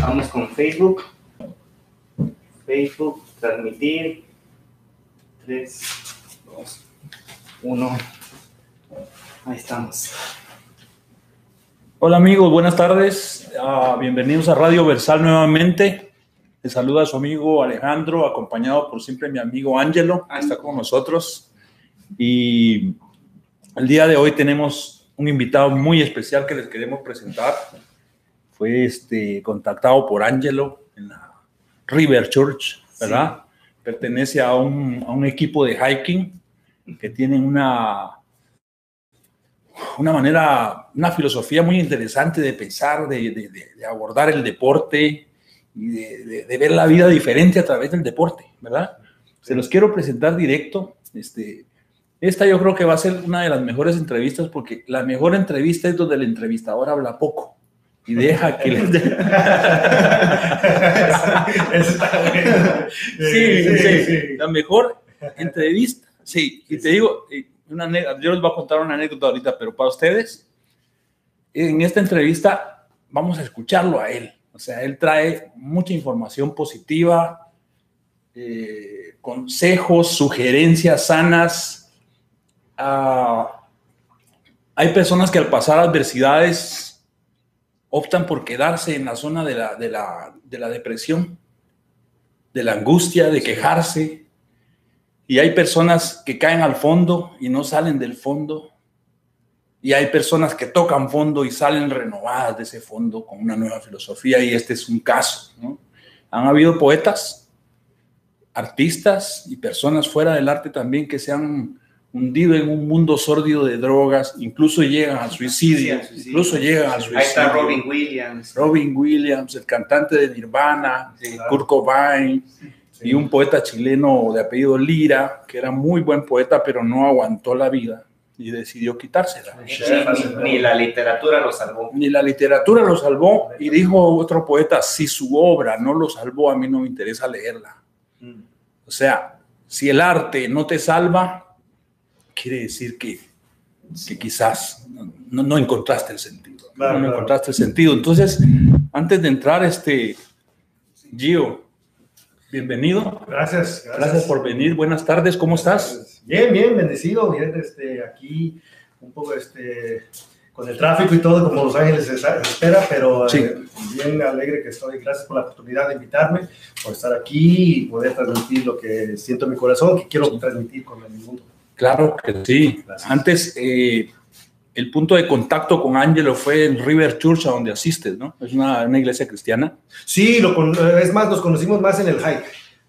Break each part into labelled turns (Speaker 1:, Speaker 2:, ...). Speaker 1: Vamos con Facebook. Facebook, transmitir. 3, 2, 1. Ahí estamos.
Speaker 2: Hola amigos, buenas tardes. Ah, bienvenidos a Radio Versal nuevamente. Les saluda su amigo Alejandro, acompañado por siempre mi amigo Ángelo, que está con nosotros. Y el día de hoy tenemos un invitado muy especial que les queremos presentar fue este, contactado por Angelo en la River Church, ¿verdad? Pertenece a un, a un equipo de hiking que tienen una, una manera, una filosofía muy interesante de pensar, de, de- de- de abordar el deporte y de, de- de ver la vida diferente a través del deporte, ¿verdad? Se los quiero presentar directo. Este, esta yo creo que va a ser una de las mejores entrevistas porque la mejor entrevista es donde el entrevistador habla poco y deja que les dé-
Speaker 3: Está bueno.
Speaker 2: Sí, sí, La mejor entrevista. Sí, y te digo, eh, una ane- yo les voy a contar una anécdota ahorita, pero para ustedes, en esta entrevista vamos a escucharlo a él. O sea, él trae mucha información positiva, eh, consejos, sugerencias sanas. Ah, hay personas que al pasar adversidades optan por quedarse en la zona de la, de la, de la depresión de la angustia, de quejarse. Y hay personas que caen al fondo y no salen del fondo. Y hay personas que tocan fondo y salen renovadas de ese fondo con una nueva filosofía. Y este es un caso. ¿no? Han habido poetas, artistas y personas fuera del arte también que se han hundido en un mundo sórdido de drogas. Incluso llegan al suicidio.
Speaker 1: Sí, al suicidio.
Speaker 2: Incluso llegan al suicidio.
Speaker 1: Ahí está Robin Williams.
Speaker 2: Robin Williams, el cantante de Nirvana,
Speaker 1: Sí.
Speaker 2: Kurt Cobain y un poeta chileno de apellido Lira, que era muy buen poeta, pero no aguantó la vida y decidió quitársela.
Speaker 1: Sí, ni, ni la literatura lo salvó.
Speaker 2: Ni la literatura lo salvó y dijo otro poeta, si su obra no lo salvó, a mí no me interesa leerla.
Speaker 3: Mm.
Speaker 2: O sea, si el arte no te salva, quiere decir que, que quizás no, no encontraste el sentido.
Speaker 3: Claro,
Speaker 2: no
Speaker 3: claro.
Speaker 2: encontraste el sentido. Entonces, antes de entrar, este Gio, bienvenido.
Speaker 3: Gracias, gracias.
Speaker 2: Gracias por venir. Buenas tardes. ¿Cómo estás?
Speaker 3: Bien, bien, bendecido. Bien, este, aquí un poco este, con el tráfico y todo, como Los Ángeles se sa- se espera, pero
Speaker 2: Sí.
Speaker 3: eh, bien alegre que estoy. Gracias por la oportunidad de invitarme, por estar aquí y poder transmitir lo que siento en mi corazón, que quiero transmitir con el mundo.
Speaker 2: Claro que sí.
Speaker 3: Gracias.
Speaker 2: Antes, eh, el punto de contacto con Angelo fue en River Church, a donde asistes, ¿no? Es una, una iglesia cristiana.
Speaker 3: Sí, lo con- eh, es más, nos conocimos más en el hike.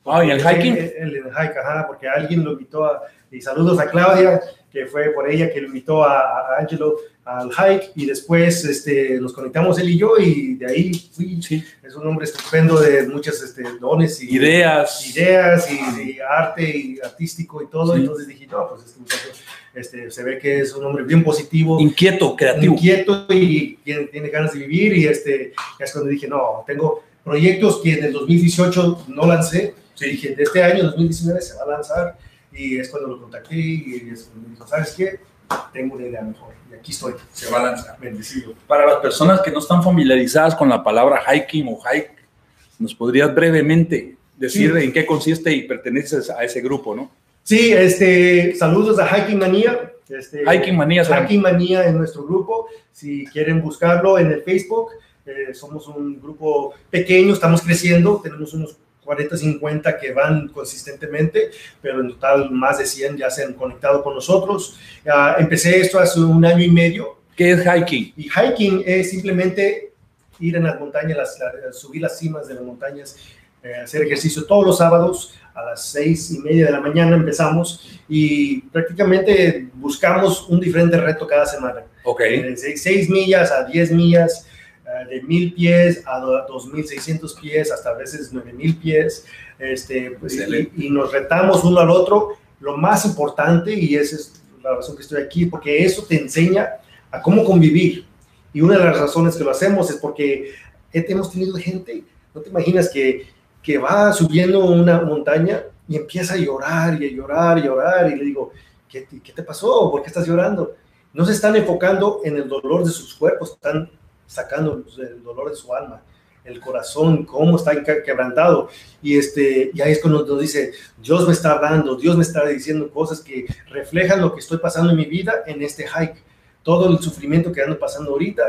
Speaker 2: Ah, ¿y el hiking?
Speaker 3: El, el- el hike, ajá, porque alguien lo invitó a, y saludos a Claudia, que fue por ella que lo invitó a, a Angelo al hike y después este, los conectamos él y yo y de ahí fui.
Speaker 2: Sí.
Speaker 3: Es un hombre estupendo de muchas este, dones y
Speaker 2: Ideas.
Speaker 3: ideas y, y arte y artístico y todo.
Speaker 2: Sí.
Speaker 3: Entonces dije, no, pues este muchacho este, se ve que es un hombre bien positivo
Speaker 2: Inquieto, creativo.
Speaker 3: inquieto y tiene, tiene ganas de vivir y este, ya es cuando dije, no, tengo proyectos que en el 2018 no lancé, dije, de este año, 2019, se va a lanzar y es cuando lo contacté y es cuando me dijo, ¿sabes qué? Tengo una idea mejor y aquí estoy.
Speaker 2: Se va a lanzar.
Speaker 3: Bendecido.
Speaker 2: Para las personas que no están familiarizadas con la palabra hiking o hike, ¿nos podrías brevemente decir en qué consiste y perteneces a ese grupo, no?
Speaker 3: Sí, este, saludos a Hiking Manía. Este,
Speaker 2: Hiking Manía, será.
Speaker 3: Hacking Manía en nuestro grupo. Si quieren buscarlo en el Facebook, eh, somos un grupo pequeño, estamos creciendo, tenemos unos 40, 50 que van consistentemente, pero en total más de 100 ya se han conectado con nosotros. Ah, empecé esto hace un año y medio
Speaker 2: ¿Qué es hiking?
Speaker 3: y hiking es simplemente ir en las montañas, las- la- eh, subir las cimas de las montañas, eh, hacer ejercicio todos los sábados a las seis y media de la mañana empezamos y prácticamente buscamos un diferente reto cada semana
Speaker 2: Ok.
Speaker 3: de 6 millas a 10 millas, eh, de 1000 pies a do- 2600 pies, hasta a veces 9000 pies, este, pues, y,
Speaker 2: Excelente.
Speaker 3: y nos retamos uno al otro. Lo más importante, y esa es la razón que estoy aquí, porque eso te enseña a cómo convivir. Y una de las razones que lo hacemos es porque he- hemos tenido gente, no te imaginas que, que va subiendo una montaña y empieza a llorar y a llorar y a llorar y le digo, ¿qué te, qué te pasó? ¿Por qué estás llorando? No se están enfocando en el dolor de sus cuerpos, están sacando el dolor de su alma. el corazón, cómo está enca- quebrantado. Y, este, y ahí es cuando nos dice, Dios me está hablando, Dios me está diciendo cosas que reflejan lo que estoy pasando en mi vida en este hike. Todo el sufrimiento que ando pasando ahorita,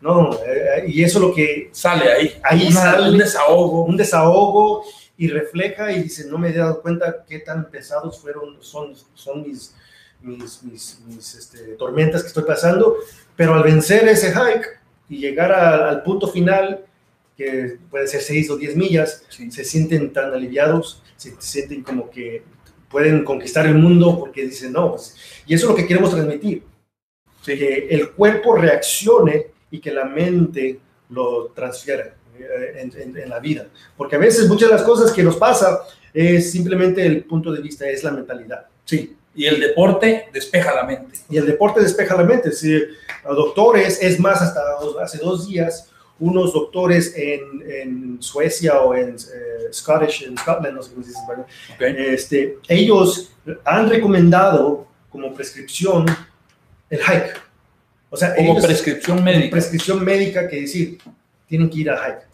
Speaker 3: ¿no? eh, eh, y eso es lo que
Speaker 4: Sale ahí.
Speaker 3: Ahí
Speaker 4: Una-
Speaker 3: sale.
Speaker 4: Un desahogo.
Speaker 3: un desahogo y refleja y dice, no me he dado cuenta qué tan pesados fueron, son, son mis, mis, mis- mis, este, tormentas que estoy pasando, pero al vencer ese hike y llegar a- al punto final, que puede ser 6 o 10 millas,
Speaker 4: Sí.
Speaker 3: se sienten tan aliviados, se sienten como que pueden conquistar el mundo porque dicen, no, pues", y eso es lo que queremos transmitir,
Speaker 4: Sí.
Speaker 3: que el cuerpo reaccione y que la mente lo transfiera eh, en, en- en la vida. Porque a veces muchas de las cosas que nos pasa es simplemente el punto de vista, es la mentalidad.
Speaker 4: Sí. Y el deporte despeja la mente.
Speaker 3: Y el deporte despeja la mente. Si doctores, es más, hasta hace dos días, unos doctores en, en Suecia o en eh, Scottish, en Scotland, no sé cómo se dice, ¿verdad?
Speaker 4: Ok.
Speaker 3: Este, ellos han recomendado como prescripción el hike. O sea,
Speaker 4: Como
Speaker 3: ellos-
Speaker 4: prescripción
Speaker 3: una
Speaker 4: médica.
Speaker 3: prescripción médica que decir, tienen que ir al hike.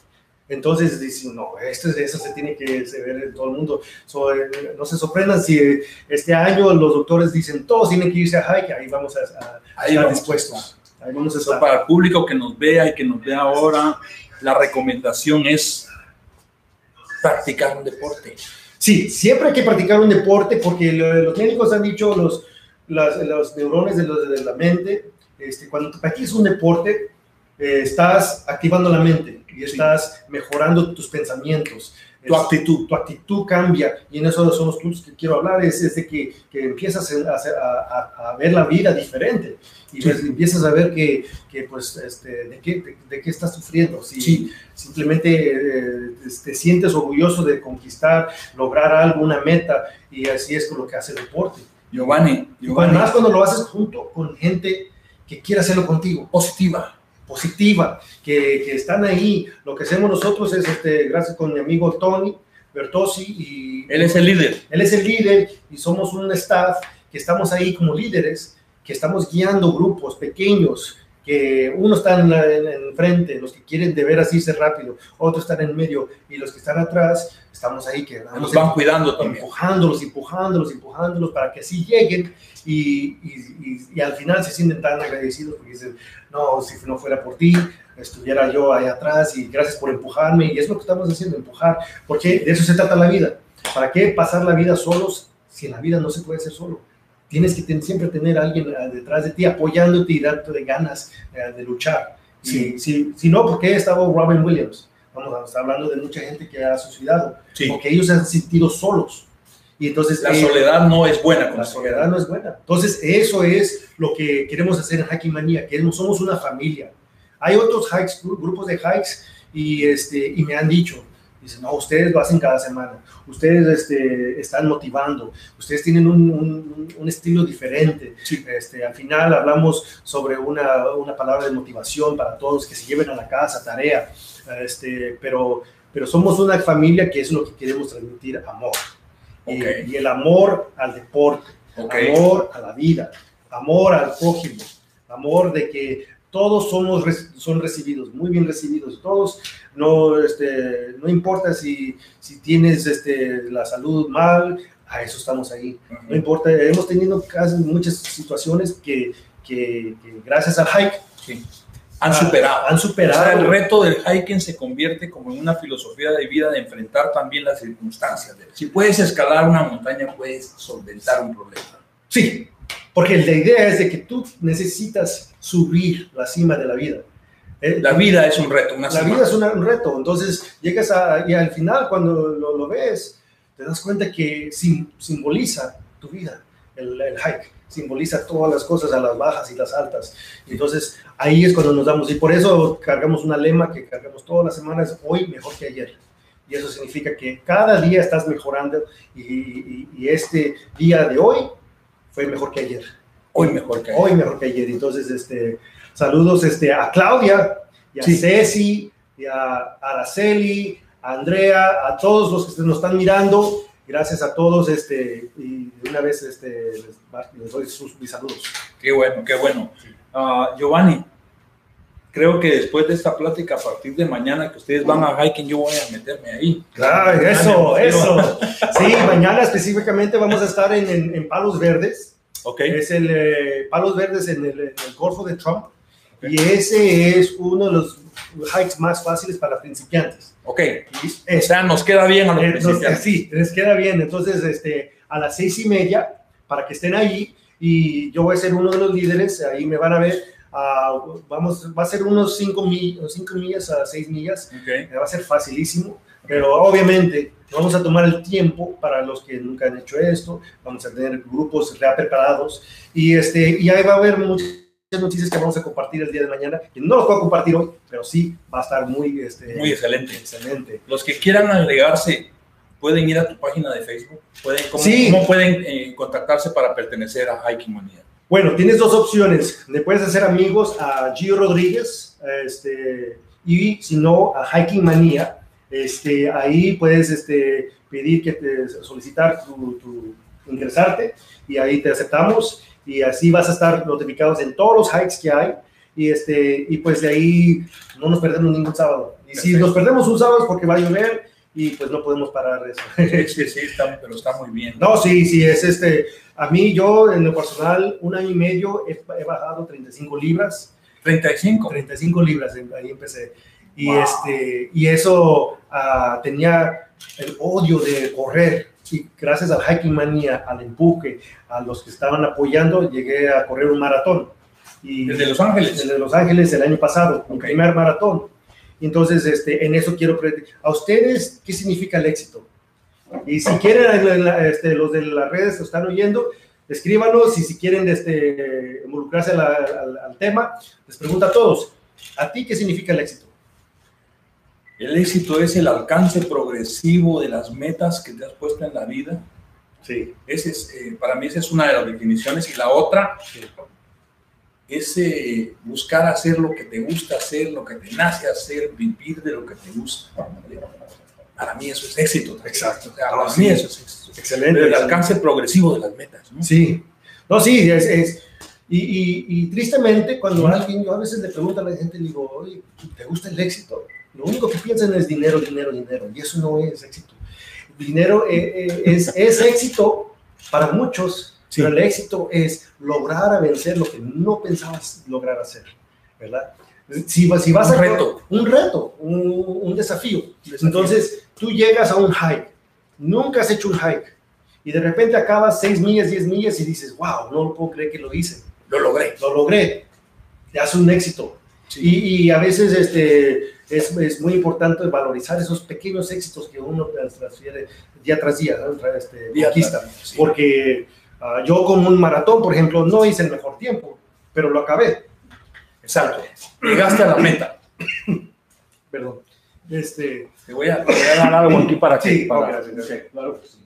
Speaker 3: Entonces dicen, no, esto, es- eso se tiene que se ver en todo el mundo. So, eh, no se sorprendan si eh, este año los doctores dicen, todos tienen que irse a hike, ahí vamos a, a- a
Speaker 4: Ahí
Speaker 3: estar
Speaker 4: vamos a
Speaker 3: dispuestos. Ahí vamos a
Speaker 4: Eso
Speaker 3: estar.
Speaker 4: para el público que nos vea y que nos vea ahora, la recomendación es practicar un deporte.
Speaker 3: Sí, siempre hay que practicar un deporte porque lo- los médicos han dicho, los, las, los neurones de, los- de la mente, este, cuando practicas un deporte, eh, estás activando la mente y estás mejorando tus pensamientos.
Speaker 4: Tu
Speaker 3: Es-
Speaker 4: actitud.
Speaker 3: tu actitud cambia y en eso son los puntos que quiero hablar, es, es de que, que empiezas a, hacer- a- a- a ver la vida diferente y
Speaker 4: Sí.
Speaker 3: ves- empiezas a ver que, que, pues, este, de, qué, de, de qué estás sufriendo, si
Speaker 4: Sí.
Speaker 3: simplemente eh, te sientes orgulloso de conquistar, lograr algo, una meta y así es con lo que hace el deporte.
Speaker 4: Giovanni,
Speaker 3: Y cuando-
Speaker 4: Giovanni,
Speaker 3: más cuando lo haces junto con gente que quiere hacerlo contigo
Speaker 4: positiva.
Speaker 3: positiva, que, que están ahí. Lo que hacemos nosotros es, este, gracias con mi amigo Tony Bertosi, y
Speaker 4: Él es el líder.
Speaker 3: él es el líder y somos un staff que estamos ahí como líderes, que estamos guiando grupos pequeños, que uno está en, la, en- en frente, los que quieren de veras irse rápido, otros están en medio y los que están atrás, estamos ahí que
Speaker 4: Nos van cuidando también.
Speaker 3: empujándolos, empujándolos, empujándolos para que así lleguen y, y- y- y al final se sienten tan agradecidos porque dicen, no, si no fuera por ti, estuviera yo ahí atrás y gracias por empujarme y es lo que estamos haciendo, empujar, porque de eso se trata la vida. ¿Para qué pasar la vida solos si en la vida no se puede ser solo? Tienes que ten- siempre tener a alguien ah, detrás de ti apoyándote y dándote de ganas eh, de luchar. Y
Speaker 4: Sí.
Speaker 3: si, si no, porque estaba Robin Williams. Vamos a estar hablando de mucha gente que ha suicidado
Speaker 4: Sí.
Speaker 3: porque ellos se han sentido solos. Y entonces
Speaker 4: La
Speaker 3: eh,
Speaker 4: soledad no es buena.
Speaker 3: la soledad no es buena. Entonces, eso es lo que queremos hacer en Hacking Manía, que no somos una familia. Hay otros hikes, gru- grupos de hikes, y, este, y me han dicho, dicen, no, ustedes lo hacen cada semana, ustedes este, están motivando, ustedes tienen un, un- un estilo diferente.
Speaker 4: Sí.
Speaker 3: Este, al final hablamos sobre una, una palabra de motivación para todos que se lleven a la casa, tarea, este, pero, pero somos una familia que es lo que queremos transmitir, amor. Y-
Speaker 4: Ok.
Speaker 3: y el amor al deporte.
Speaker 4: Ok.
Speaker 3: Amor a la vida, amor al prójimo, amor de que todos somos re- son recibidos, muy bien recibidos, todos, no, este, no importa si, si tienes este, la salud mal, a eso estamos ahí, no
Speaker 4: Ujú.
Speaker 3: importa, hemos tenido casi muchas situaciones que, que- que gracias al hike
Speaker 4: Sí. Han superado.
Speaker 3: Ah, han
Speaker 4: O sea, el
Speaker 3: superado.
Speaker 4: reto del hiking se convierte como en una filosofía de vida de enfrentar también las circunstancias. Si puedes escalar una montaña, puedes solventar un problema.
Speaker 3: Sí, porque la idea es de que tú necesitas subir la cima de la vida. Eh,
Speaker 4: La vida es un reto, una
Speaker 3: la
Speaker 4: semana.
Speaker 3: vida es una- un reto, entonces llegas a, y al final cuando lo, lo ves, te das cuenta que sim- simboliza tu vida, el, el hike, simboliza todas las cosas, a las bajas y las altas. Entonces ahí es cuando nos damos, y por eso cargamos una lema que cargamos todas las semanas, hoy mejor que ayer. Y eso significa que cada día estás mejorando y, y- y este día de hoy fue mejor que ayer
Speaker 4: Hoy mejor que ayer.
Speaker 3: Eh, hoy mejor que ayer. Entonces, este, saludos este, a Claudia, y a
Speaker 4: Sí.
Speaker 3: Ceci, y a Araceli, a Andrea, a todos los que nos están mirando. Gracias a todos, este, y de una vez este, les, les doy sus, mis saludos.
Speaker 4: Qué bueno, qué bueno. Ah, Giovanni,
Speaker 2: creo que después de esta plática, a partir de mañana que ustedes van a hiking, yo voy a meterme ahí.
Speaker 3: Claro,
Speaker 2: Mañana
Speaker 3: Ah, eso,
Speaker 2: me motiva.
Speaker 3: eso. Sí, mañana específicamente vamos a estar en, en- en Palos Verdes.
Speaker 2: Ok.
Speaker 3: Es el eh, Palos Verdes en el, en el Golfo de Trump. Y ese es uno de los hikes más fáciles para principiantes.
Speaker 2: Ok.
Speaker 3: Y
Speaker 2: O
Speaker 3: es-
Speaker 2: sea, nos queda bien a los
Speaker 3: Entonces,
Speaker 2: principiantes.
Speaker 3: Eh, sí, les queda bien. Entonces, este, a las seis y media, para que estén ahí, y yo voy a ser uno de los líderes, ahí me van a ver. ah, vamos, va a ser unos cinco, mil, cinco millas a seis millas,
Speaker 2: Ok.
Speaker 3: eh, va a ser facilísimo, pero obviamente vamos a tomar el tiempo para los que nunca han hecho esto, vamos a tener grupos ya preparados, y, este, y ahí va a haber muchas noticias que vamos a compartir el día de mañana, que no los puedo compartir hoy, pero sí va a estar muy, este,
Speaker 2: Muy excelente.
Speaker 3: excelente.
Speaker 2: Los que quieran agregarse, pueden ir a tu página de Facebook. ¿Pueden, ¿Cómo,
Speaker 3: Sí.
Speaker 2: cómo pueden eh, contactarse para pertenecer a Hiking Manía?
Speaker 3: Bueno, tienes dos opciones. Le puedes hacer amigos a Gio Rodríguez, este, y si no, a Hiking Manía. Este, ahí puedes este, pedir que te solicitar tu, tu- ingresarte y ahí te aceptamos y así vas a estar notificados en todos los hikes que hay y este y pues de ahí no nos perdemos ningún sábado y si
Speaker 2: Perfecto.
Speaker 3: nos perdemos un sábado es porque va a llover y pues no podemos parar eso
Speaker 2: Sí, sí, sí, está- pero está muy bien.
Speaker 3: no, sí, sí, es este. A mí, yo en lo personal, un año y medio he, he bajado 35 libras.
Speaker 2: 35.
Speaker 3: 35 libras, em- ahí empecé. Y,
Speaker 2: Wow.
Speaker 3: este, y eso ah, tenía el odio de correr. Y gracias al hiking manía, al empuje, a los que estaban apoyando, llegué a correr un maratón. Y
Speaker 2: Desde Los Ángeles.
Speaker 3: el de Los Ángeles el año pasado, mi
Speaker 2: Ok.
Speaker 3: primer maratón. Entonces, este, en eso quiero pre- a ustedes qué significa el éxito. Y si quieren, en la- este, los de las redes lo están oyendo, escríbanos y si quieren este, involucrarse a la- al, al tema, les pregunto a todos, ¿a ti qué significa el éxito?
Speaker 2: El éxito es el alcance progresivo de las metas que te has puesto en la vida.
Speaker 3: Sí,
Speaker 2: Ese es, eh, para mí esa es una de las definiciones. Y la otra es eh, buscar hacer lo que te gusta hacer, lo que te nace hacer, vivir de lo que te gusta. Para mí eso es éxito.
Speaker 3: Exacto.
Speaker 2: O sea,
Speaker 3: No,
Speaker 2: para
Speaker 3: sí.
Speaker 2: mí eso es éxito.
Speaker 3: excelente.
Speaker 2: el alcance progresivo de las metas. ¿no?
Speaker 3: Sí, no, sí, es... es- y, y- y tristemente, cuando alguien, yo a veces le pregunto a la gente, le digo, oye, ¿te gusta el éxito? Lo único que piensan es dinero, dinero, dinero, y eso no es éxito. Dinero eh, eh, es, es éxito para muchos,
Speaker 2: Sí.
Speaker 3: pero el éxito es lograr a vencer lo que no pensabas lograr hacer, ¿verdad? Si, vas- si vas
Speaker 2: Un
Speaker 3: a
Speaker 2: reto.
Speaker 3: un reto, un, un desafío. Entonces, tú llegas a un hike, nunca has hecho un hike, y de repente acabas 6 millas, 10 millas y dices, wow, no lo puedo creer que lo hice,
Speaker 2: Lo logré.
Speaker 3: lo logré, te hace un éxito.
Speaker 2: Sí.
Speaker 3: Y, y a veces este, es, es muy importante valorizar esos pequeños éxitos que uno tras- transfiere día tras día, ¿no? Tra- este,
Speaker 2: Día
Speaker 3: conquista.
Speaker 2: tras día, sí.
Speaker 3: Porque ah, yo con un maratón, por ejemplo, no hice el mejor tiempo, pero lo acabé.
Speaker 2: Exacto. Llegaste a la meta.
Speaker 3: Perdón. Este,
Speaker 2: Te voy a, te voy a dar algo aquí para que.
Speaker 3: Sí,
Speaker 2: para-
Speaker 3: ok, gracias, ok, claro que sí.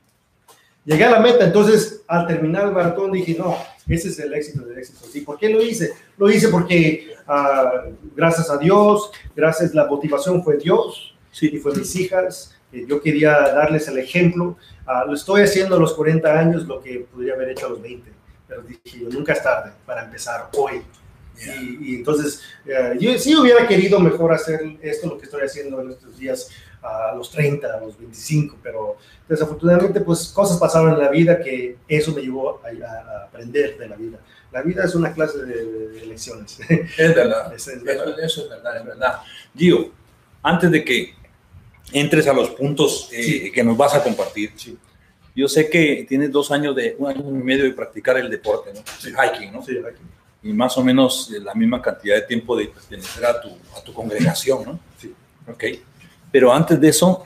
Speaker 3: Llegué a la meta, entonces al terminar el maratón dije, no, ese es el éxito del éxito. ¿Y por qué lo hice? Lo hice porque ah, gracias a Dios, gracias la motivación fue Dios y
Speaker 2: Sí.
Speaker 3: fue mis hijas. eh, Yo quería darles el ejemplo. Ah, lo estoy haciendo a los 40 años, lo que podría haber hecho a los 20, pero dije, yo, nunca es tarde para empezar hoy. Y, y entonces, eh, yo sí hubiera querido mejor hacer esto, lo que estoy haciendo en estos días, a los 30, a los 25, pero desafortunadamente, pues cosas pasaron en la vida que eso me llevó a, a- a aprender de la vida. La vida es una clase de, de lecciones.
Speaker 2: Es verdad.
Speaker 3: Esa es la-
Speaker 2: Eso, eso es verdad, es verdad. Gio, antes de que entres a los puntos eh, que nos vas a compartir, yo sé que tienes dos años de un año y medio de practicar el deporte, ¿no? El hiking, ¿no?
Speaker 3: sí, aquí.
Speaker 2: Y más o menos eh, la misma cantidad de tiempo de pertenecer a tu, a tu congregación, ¿no?
Speaker 3: Sí.
Speaker 2: Ok. Pero antes de eso,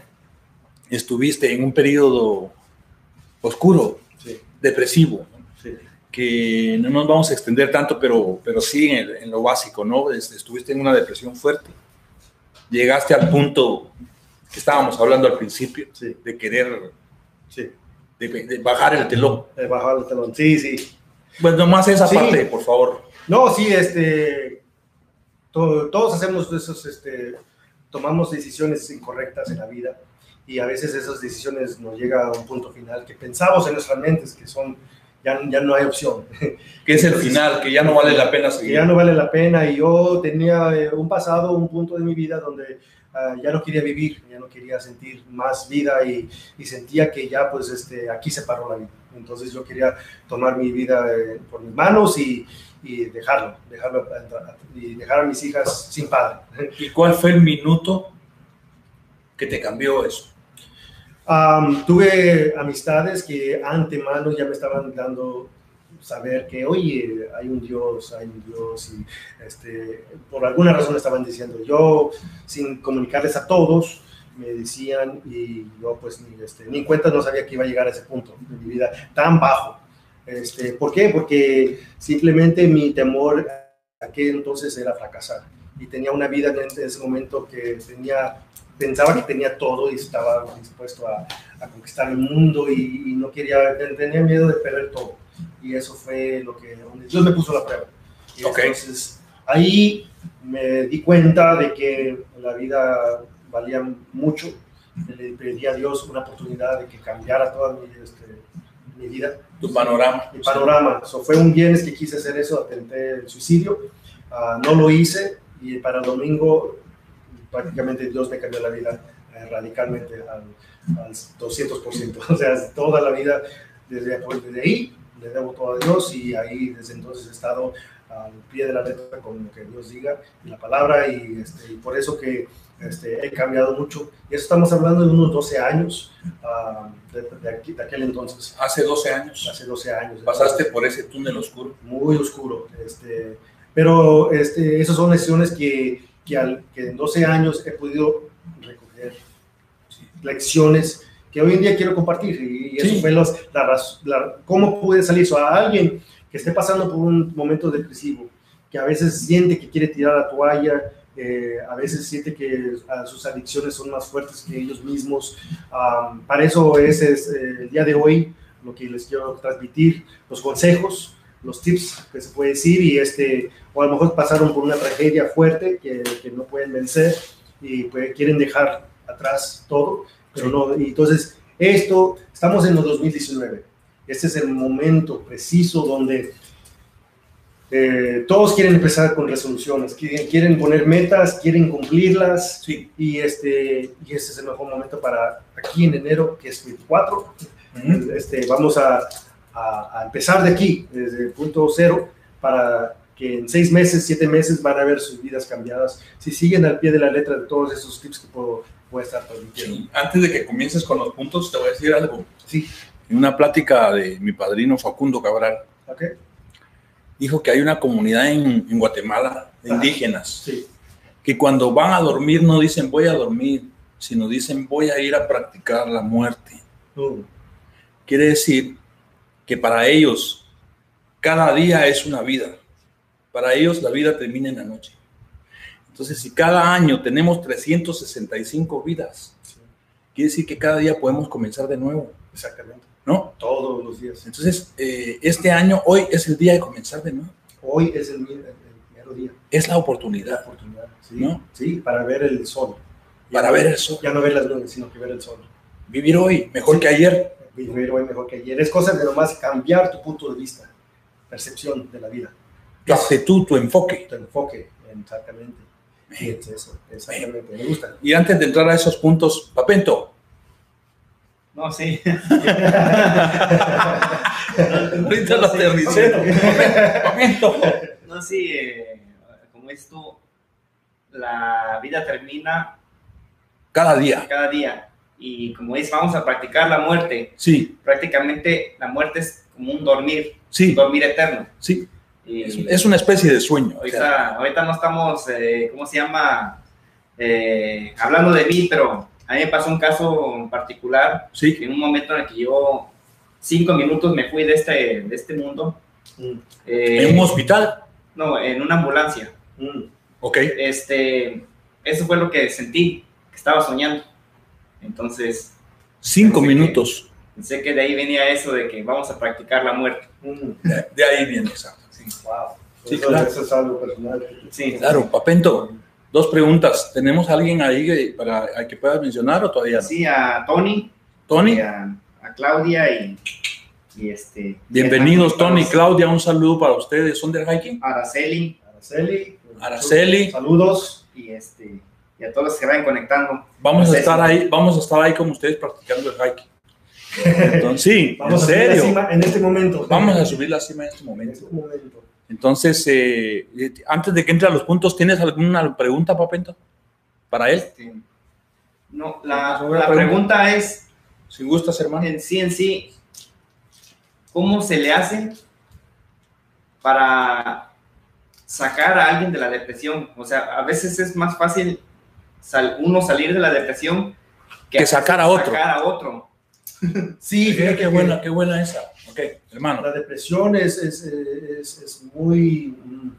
Speaker 2: estuviste en un periodo oscuro,
Speaker 3: Sí,
Speaker 2: depresivo, ¿no?
Speaker 3: sí.
Speaker 2: que no nos vamos a extender tanto, pero, pero sí en, el- en lo básico, ¿no? Es- Estuviste en una depresión fuerte, llegaste al punto que estábamos hablando al principio,
Speaker 3: Sí.
Speaker 2: de querer
Speaker 3: sí. Eh,
Speaker 2: de, de bajar el telón.
Speaker 3: He bajado el telón. Sí, sí.
Speaker 2: Pues nomás esa
Speaker 3: Sí.
Speaker 2: parte, por favor.
Speaker 3: No, sí, este, to- todos hacemos esos, este, tomamos decisiones incorrectas en la vida y a veces esas decisiones nos llega a un punto final que pensamos en nuestras mentes que son ya, ya no hay opción.
Speaker 2: que es el final, que ya no vale la pena
Speaker 3: que
Speaker 2: seguir.
Speaker 3: ya no vale la pena. Y yo tenía eh, un pasado, un punto de mi vida donde ah, ya no quería vivir, ya no quería sentir más vida y, y sentía que ya, pues, este, aquí se paró la vida. Entonces yo quería tomar mi vida eh, por mis manos y, y dejarlo, dejarlo a- a- y dejar a mis hijas sin padre.
Speaker 2: ¿Y cuál fue el minuto que te cambió eso?
Speaker 3: Am, tuve amistades que antemano ya me estaban dando saber que, oye, hay un Dios, hay un Dios, y este, por alguna razón estaban diciendo. Yo, sin comunicarles a todos, me decían, y yo, pues, ni, este, ni en cuenta no sabía que iba a llegar a ese punto de mi vida tan bajo. Este, ¿Por qué? Porque simplemente mi temor aquel entonces era fracasar. Y tenía una vida en ese momento que tenía pensaba que tenía todo y estaba dispuesto a, a conquistar el mundo y, y no quería, ten- tenía miedo de perder todo. Y eso fue lo que donde Dios me puso la prueba. Y
Speaker 2: Ok.
Speaker 3: Entonces ahí me di cuenta de que la vida valía mucho. Le pedí a Dios una oportunidad de que cambiara toda mi, este, mi vida
Speaker 2: Tu panorama.
Speaker 3: mi panorama. So, fue un viernes que quise hacer eso, atenté el suicidio, ah, no lo hice y para el domingo prácticamente Dios me cambió la vida eh, radicalmente al, al 200%. O sea, toda la vida desde, pues, desde ahí le debo todo a Dios y ahí desde entonces he estado al pie de la letra con lo que Dios diga y la palabra y, este, y por eso que este, he cambiado mucho. Y eso estamos hablando de unos 12 años ah, de, de aquí- de aquel entonces
Speaker 2: Hace 12 años
Speaker 3: hace 12 años.
Speaker 2: pasaste por ese túnel oscuro.
Speaker 3: Muy oscuro. Este, pero este, esas son lecciones que, que, al- que en 12 años he podido recoger. Lecciones que hoy en día quiero compartir. Y, y eso
Speaker 2: Sí.
Speaker 3: fue los, la, raz- la- cómo pude salir. So, a alguien que esté pasando por un momento depresivo, que a veces siente que quiere tirar la toalla, eh, a veces siente que ah, sus adicciones son más fuertes que ellos mismos. Ah, para eso es, es, eh, el día de hoy lo que les quiero transmitir, los consejos, los tips que se puede decir y este, o a lo mejor pasaron por una tragedia fuerte que, que no pueden vencer y pues, quieren dejar atrás todo, pero no, y entonces esto, estamos en el 2019, este es el momento preciso donde eh, todos quieren empezar con resoluciones, quieren, quieren poner metas, quieren cumplirlas,
Speaker 2: Sí.
Speaker 3: y este, y este es el mejor momento para aquí en enero, que es 24. Este, vamos a, a- a empezar de aquí, desde el punto cero, para que en seis meses, siete meses van a ver sus vidas cambiadas. Si siguen al pie de la letra de todos esos tips que puedo, voy a estar transmitiendo.
Speaker 2: Sí. Antes de que comiences con los puntos, te voy a decir algo.
Speaker 3: Sí,
Speaker 2: En una plática de mi padrino Facundo Cabral,
Speaker 3: ok.
Speaker 2: dijo que hay una comunidad en, en Guatemala de
Speaker 3: Ajá.
Speaker 2: indígenas
Speaker 3: Sí,
Speaker 2: que cuando van a dormir no dicen voy a dormir, sino dicen voy a ir a practicar la muerte.
Speaker 3: Mm,
Speaker 2: Quiere decir que para ellos cada día es una vida. Para ellos la vida termina en la noche. Entonces, si cada año tenemos 365 vidas,
Speaker 3: sí,
Speaker 2: quiere decir que cada día podemos comenzar de nuevo,
Speaker 3: exactamente.
Speaker 2: ¿no?
Speaker 3: Todos los días.
Speaker 2: Entonces, eh, este año, hoy es el día de comenzar de nuevo.
Speaker 3: Hoy es el, mi- el- el mero día,
Speaker 2: Es la
Speaker 3: la
Speaker 2: oportunidad
Speaker 3: oportunidad. Sí,
Speaker 2: ¿No?
Speaker 3: sí, para ver el sol.
Speaker 2: para ver el sol.
Speaker 3: Ya no ver las nubes, sino que ver el sol.
Speaker 2: Vivir hoy mejor que ayer.
Speaker 3: vivir hoy mejor que ayer. Es cosa de nomás cambiar tu punto de vista, percepción de la vida,
Speaker 2: Tu actitud, tu enfoque.
Speaker 3: tu enfoque, exactamente. Sí, es eso, exactamente, me gusta.
Speaker 2: Y antes de entrar a esos puntos, Papento,
Speaker 1: No, sí.
Speaker 2: ahorita lo
Speaker 1: Sí.
Speaker 2: aterricé. Papento, Papento.
Speaker 1: No, sí, eh, como es tú, la vida termina
Speaker 2: Cada día.
Speaker 1: cada día. Y como es, vamos a practicar la muerte.
Speaker 2: Sí,
Speaker 1: Prácticamente la muerte es como un dormir, un
Speaker 2: sí,
Speaker 1: dormir eterno.
Speaker 2: sí.
Speaker 1: Y
Speaker 2: Es, es una especie de sueño. o sea,
Speaker 1: ahorita, ahorita no estamos, eh, ¿cómo se llama? Eh, hablando de mí, pero a mí me pasó un caso en particular
Speaker 2: sí,
Speaker 1: en un momento en el que yo cinco minutos me fui de este, de este mundo.
Speaker 3: Mm,
Speaker 1: eh,
Speaker 2: en un hospital.
Speaker 1: No, en una ambulancia.
Speaker 3: mm,
Speaker 2: Ok,
Speaker 1: Este, eso fue lo que sentí, que estaba soñando. Entonces,
Speaker 2: cinco
Speaker 1: Pensé que-
Speaker 2: minutos.
Speaker 1: pensé que de ahí venía eso de que vamos a practicar la muerte.
Speaker 3: mm,
Speaker 2: De, de ahí viene exacto.
Speaker 3: wow.
Speaker 2: Sí,
Speaker 3: eso,
Speaker 2: claro.
Speaker 3: eso es algo personal.
Speaker 1: Sí,
Speaker 2: Claro, Papento, dos preguntas. ¿Tenemos a alguien ahí que- para a que puedas mencionar o todavía no?
Speaker 1: Sí, a Tony,
Speaker 2: Tony,
Speaker 1: y a, a Claudia y Y este,
Speaker 4: Bienvenidos, Tony y Claudia, un saludo para ustedes. ¿Son del hiking?
Speaker 1: Araceli
Speaker 3: Araceli. pues,
Speaker 4: Araceli.
Speaker 3: Saludos.
Speaker 1: y, este, y a todos los que se vayan conectando.
Speaker 4: Vamos a
Speaker 3: Pues
Speaker 1: Sí.
Speaker 4: estar ahí, vamos a estar ahí como ustedes practicando el hiking. Entonces, sí,
Speaker 3: Vamos
Speaker 4: en
Speaker 3: a subir la
Speaker 4: serio.
Speaker 3: cima en este momento.
Speaker 4: Vamos a subir la cima en este
Speaker 3: En
Speaker 4: momento.
Speaker 3: este momento.
Speaker 4: Entonces, eh, eh, antes de que entre a los puntos, ¿tienes alguna pregunta, Papento? Para él,
Speaker 1: Este, no, la,
Speaker 4: Sobre
Speaker 1: la
Speaker 4: la pregunta.
Speaker 1: pregunta es
Speaker 4: si gustas, hermano.
Speaker 1: en sí, en sí, ¿cómo se le hace para sacar a alguien de la depresión? O sea, a veces es más fácil sal- uno salir de la depresión
Speaker 4: Que sacar a otro.
Speaker 1: sacar a otro.
Speaker 3: Sí,
Speaker 4: Eh,
Speaker 3: fíjate
Speaker 4: qué
Speaker 3: que
Speaker 4: buena, qué buena esa. Ok, hermano.
Speaker 3: La depresión es, es, eh, es, es muy mm,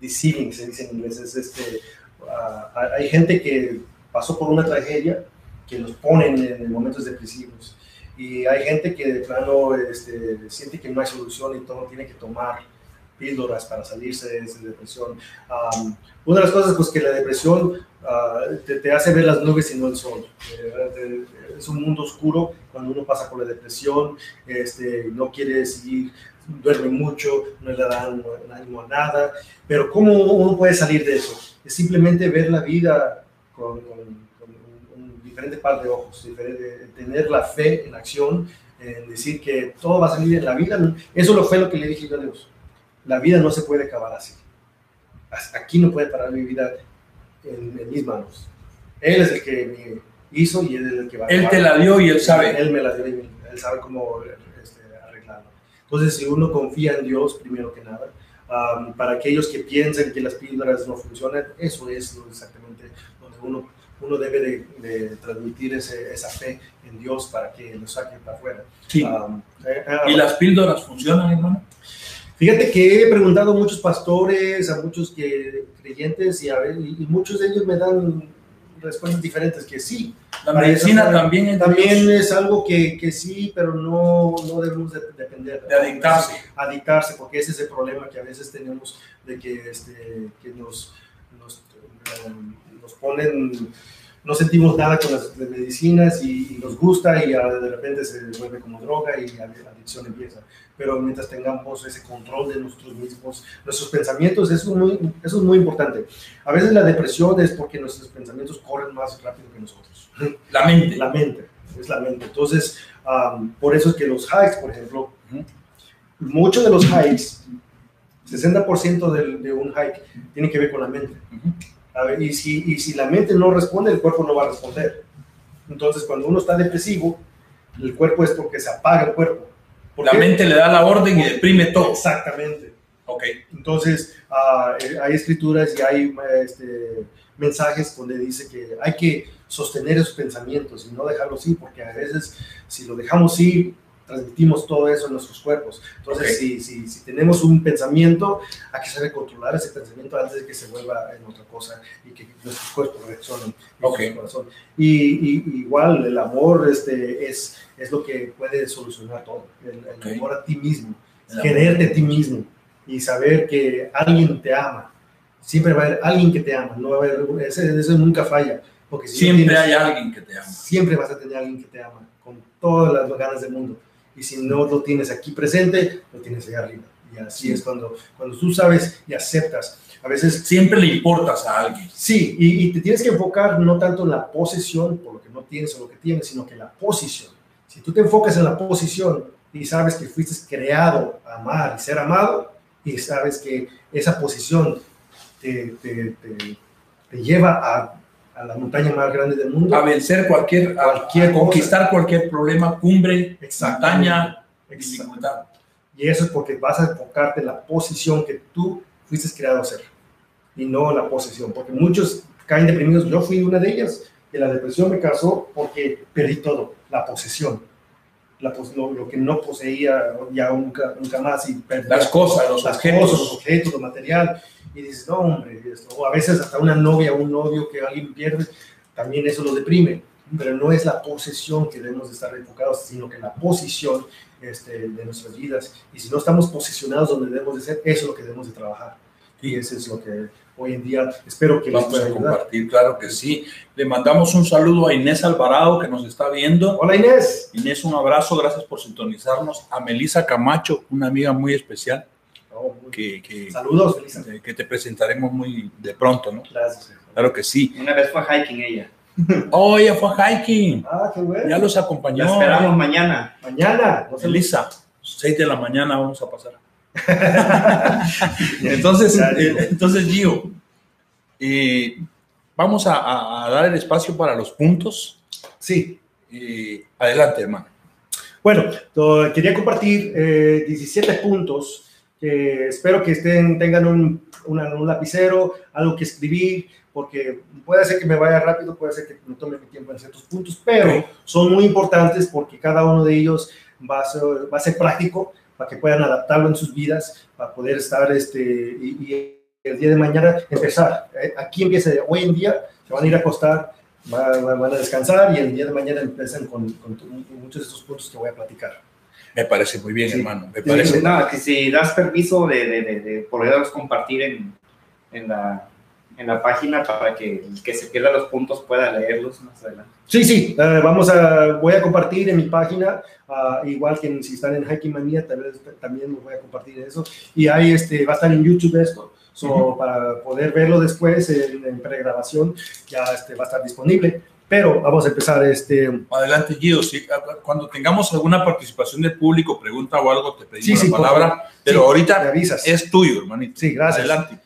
Speaker 3: deceiving, se dice en inglés. Es, este, ah, hay- hay gente que pasó por una tragedia que los ponen en, en momentos depresivos. Y hay gente que de plano este, siente que no hay solución y todo tiene que tomar píldoras para salirse de esa depresión. Am, una de las cosas pues, que la depresión ah, te, te hace ver las nubes y no el sol. Eh, te- es un mundo oscuro cuando uno pasa por la depresión, este, no quiere seguir, duerme mucho, no le da ánimo, ánimo a nada. Pero ¿cómo uno puede salir de eso? Es simplemente ver la vida con, con- con un, un diferente par de ojos, diferente- tener la fe en acción, en decir que todo va a salir en la vida. Eso lo fue lo que le dije yo a Dios. La vida no se puede acabar así. Hasta Aquí no puede parar mi vida en, en mis manos. Él es el que me hizo y él es el que va a
Speaker 4: Él te
Speaker 3: acabar.
Speaker 4: la dio y él sabe.
Speaker 3: Él me la dio y él sabe cómo este, arreglarlo. Entonces, si uno confía en Dios, primero que nada, am, para aquellos que piensen que las píldoras no funcionan, eso es lo exactamente donde uno, uno debe de, de transmitir ese- esa fe en Dios para que lo saquen para afuera.
Speaker 4: Sí.
Speaker 3: Am, eh, ah,
Speaker 4: ¿Y las píldoras funcionan, hermano?
Speaker 3: Fíjate que he preguntado a muchos pastores, a muchos que, creyentes, y, a ver, y- y muchos de ellos me dan respuestas diferentes, que sí,
Speaker 4: La
Speaker 3: Para eso
Speaker 4: medicina
Speaker 3: sabe-
Speaker 4: también es de
Speaker 3: también
Speaker 4: Dios,
Speaker 3: es algo que, que sí, pero no, no debemos de- depender.
Speaker 4: de adictarse.
Speaker 3: Adictarse, porque ese es el problema que a veces tenemos de que, este, que nos, nos, eh, nos ponen, no sentimos nada con las, las medicinas y, y nos gusta y ah, de repente se vuelve como droga y la adicción empieza. Pero mientras tengamos ese control de nosotros mismos, nuestros pensamientos, eso es muy, eso es muy importante. A veces la depresión es porque nuestros pensamientos corren más rápido que nosotros
Speaker 4: La mente.
Speaker 3: la mente, es la mente. Entonces, am, por eso es que los hikes, por ejemplo,
Speaker 4: Ujú.
Speaker 3: muchos de los hikes, 60% del- de, un hike tiene que ver con la mente.
Speaker 4: Ujú.
Speaker 3: A ver, y, si, y si la mente no responde, el cuerpo no va a responder. Entonces, cuando uno está depresivo, el cuerpo es porque se apaga el cuerpo. ¿Por
Speaker 4: La
Speaker 3: qué?
Speaker 4: mente le da la orden y deprime todo.
Speaker 3: Exactamente.
Speaker 4: Ok.
Speaker 3: Entonces, ah, eh, hay escrituras y hay este, mensajes donde dice que hay que sostener esos pensamientos y no dejarlos ir, porque a veces si lo dejamos ir, transmitimos todo eso en nuestros cuerpos. Entonces,
Speaker 4: Ok.
Speaker 3: si, si, si tenemos un pensamiento, hay que saber controlar ese pensamiento antes de que se vuelva en otra cosa y que nuestros cuerpos reaccionen. nuestro
Speaker 4: Ok.
Speaker 3: corazón. Y, y- y igual, el amor este, es, es lo que puede solucionar todo, el, el
Speaker 4: Ok.
Speaker 3: amor a ti mismo quererte a ti mismo y saber que alguien te ama. Siempre va a haber alguien que te ama, no va a haber, ese, ese nunca falla. Porque si no
Speaker 4: Siempre
Speaker 3: tienes-
Speaker 4: hay alguien que te ama.
Speaker 3: Siempre vas a tener alguien que te ama, con todas las ganas del mundo. Y si no lo tienes aquí presente, lo tienes allá arriba. Y así es cuando, cuando tú sabes y aceptas. A veces
Speaker 4: Siempre le importas a alguien.
Speaker 3: Sí, y, y te tienes que enfocar no tanto en la posesión, por lo que no tienes o lo que tienes, sino que en la posición. Si tú te enfocas en la posición y sabes que fuiste creado a amar y ser amado, y sabes que esa posición te, te- te- te lleva a, a la montaña más grande del mundo.
Speaker 4: A vencer cualquier, a,
Speaker 3: Cualquier
Speaker 4: a
Speaker 3: cosa.
Speaker 4: conquistar cualquier problema, cumbre,
Speaker 3: Exactamente.
Speaker 4: montaña,
Speaker 3: Exacto.
Speaker 4: dificultad.
Speaker 3: Y eso es porque vas a enfocarte en la posición que tú fuiste creado a ser y no en la posesión, porque muchos caen deprimidos. Yo fui una de ellas y la depresión me causó porque perdí todo, la posesión, la pos- lo, lo que no poseía ya nunca, nunca más y perdí
Speaker 4: Las cosas, los
Speaker 3: las
Speaker 4: objetos.
Speaker 3: cosas, los objetos, lo material. Y dices, no, hombre, esto. o a veces hasta una novia, un novio que alguien pierde, también eso lo deprime. Pero no es la posesión que debemos de estar enfocados, sino que la posición este, de nuestras vidas. Y si no estamos posicionados donde debemos de ser, eso es lo que debemos de trabajar. Y eso es lo que hoy en día. Espero que
Speaker 2: Vamos a compartir, claro que sí. Le mandamos un saludo a Inés Alvarado que nos está viendo.
Speaker 3: Hola Inés.
Speaker 2: Inés, un abrazo, gracias por sintonizarnos. A Melisa Camacho, una amiga muy especial
Speaker 3: Oh, muy
Speaker 2: que, que,
Speaker 3: Saludos, Melissa.
Speaker 2: que- que te presentaremos muy de pronto, ¿no?
Speaker 3: Gracias.
Speaker 2: Claro que sí.
Speaker 1: Una vez fue a hiking ella.
Speaker 2: Oh, ella fue a hiking.
Speaker 3: Ah, qué bueno.
Speaker 2: Ya los
Speaker 1: La
Speaker 2: acompañó.
Speaker 1: esperamos mañana.
Speaker 3: Mañana. No sé,
Speaker 2: Elisa, 6 de la mañana vamos a pasar. entonces,
Speaker 3: Ya,
Speaker 2: eh,
Speaker 3: Gio.
Speaker 2: entonces Gio, eh, vamos a- a- a dar el espacio para los puntos.
Speaker 3: Sí.
Speaker 2: Y adelante, hermano.
Speaker 3: Bueno, to- quería compartir eh, 17 puntos. que espero que estén, tengan un, una- un lapicero, algo que escribir, porque puede ser que me vaya rápido, puede ser que no tome mi tiempo en ciertos puntos, pero
Speaker 2: Ok.
Speaker 3: son muy importantes porque cada uno de ellos va a ser, va a ser práctico para que puedan adaptarlo en sus vidas, para poder estar este, y, y el día de mañana empezar. Eh, Aquí empieza, hoy en día se van a ir a acostar Va- va- van a descansar y el día de mañana empiezan con, con tu- muchos de estos puntos que voy a platicar.
Speaker 2: Me parece muy bien,
Speaker 3: Sí.
Speaker 2: hermano. Me
Speaker 3: Sí,
Speaker 2: parece.
Speaker 3: sí.
Speaker 1: No, que si das permiso de, de, de, de poderlos compartir en, en, la, en la página para que el que se pierda los puntos pueda leerlos más adelante.
Speaker 3: Sí, sí, eh, vamos a, voy a compartir en mi página, ah, igual que en- si están en Hiking Manía, tal vez también los voy a compartir eso. Y ahí este, va a estar en YouTube esto, so, para poder verlo después en, en pregrabación, ya este, va a estar disponible. Pero vamos a empezar este...
Speaker 2: Adelante, Guido. sí, cuando tengamos alguna participación del público, pregunta o algo, te pedimos
Speaker 3: Sí, sí,
Speaker 2: la
Speaker 3: por favor.
Speaker 2: palabra. Pero
Speaker 3: Sí, me
Speaker 2: ahorita
Speaker 3: avisas.
Speaker 2: es tuyo, hermanito.
Speaker 3: Sí, gracias.
Speaker 2: Adelante.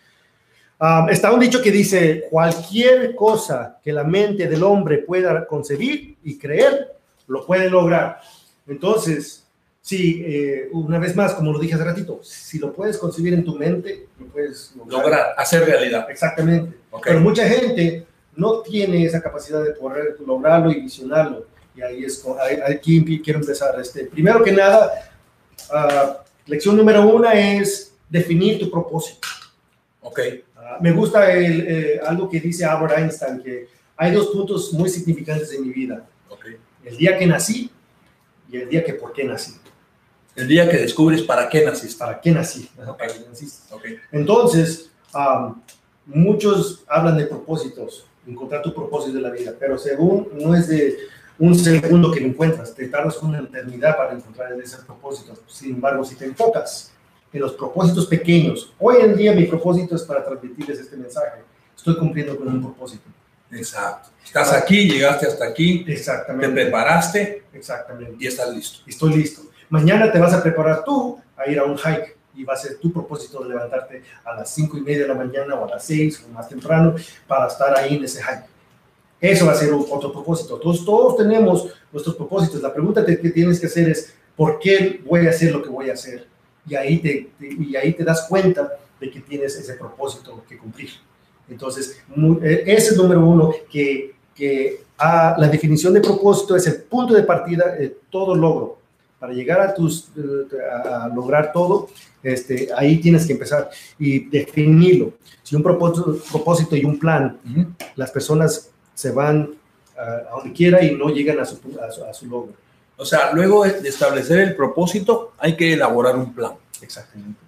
Speaker 3: Ah, está un dicho que dice, cualquier cosa que la mente del hombre pueda concebir y creer, lo puede lograr. Entonces, sí, eh, una vez más, como lo dije hace ratito, si lo puedes concebir en tu mente, lo puedes lograr.
Speaker 2: Lograr, hacer realidad.
Speaker 3: Exactamente.
Speaker 2: Ok.
Speaker 3: Pero mucha gente no tiene esa capacidad de poder lograrlo y visionarlo. Y ahí es, co- ahí- aquí empie- quiero empezar. Este, primero que nada, ah, lección número una es definir tu propósito.
Speaker 2: Ok.
Speaker 3: Ah, me gusta el, eh, algo que dice Albert Einstein, que hay dos puntos muy significantes en mi vida.
Speaker 2: ok.
Speaker 3: El día que nací y el día que por qué nací.
Speaker 2: El día que descubres para qué naciste.
Speaker 3: ¿Para qué nací?
Speaker 2: Ok.
Speaker 3: Para qué naciste.
Speaker 2: Ok.
Speaker 3: Entonces, am, muchos hablan de propósitos, encontrar tu propósito de la vida, pero según no es de un segundo que lo encuentras, te tardas una eternidad para encontrar ese propósito. Sin embargo, si te enfocas en los propósitos pequeños, hoy en día mi propósito es para transmitirles este mensaje. Estoy cumpliendo con un propósito.
Speaker 2: Exacto. Estás aquí, llegaste hasta aquí, te
Speaker 3: Exactamente.
Speaker 2: preparaste
Speaker 3: Exactamente.
Speaker 2: y estás listo.
Speaker 3: Estoy listo. Mañana te vas a preparar tú a ir a un hike y va a ser tu propósito de levantarte a las cinco y media de la mañana o a las 6 o más temprano para estar ahí en ese hike. Eso va a ser un- otro propósito. Todos, todos tenemos nuestros propósitos. La pregunta te- que tienes que hacer es, ¿por qué voy a hacer lo que voy a hacer? Y ahí te, te- y ahí te das cuenta de que tienes ese propósito que cumplir. Entonces, mu- eh, ese es número uno, que, que ah, la definición de propósito es el punto de partida de todo logro para llegar a tus eh, a a lograr todo este ahí tienes que empezar y definirlo si un propósito, propósito y un plan
Speaker 2: Ujú.
Speaker 3: las personas se van ah, a donde quiera y no llegan a su, a su, a su logro
Speaker 2: O sea, luego de establecer el propósito, hay que elaborar un plan
Speaker 3: exactamente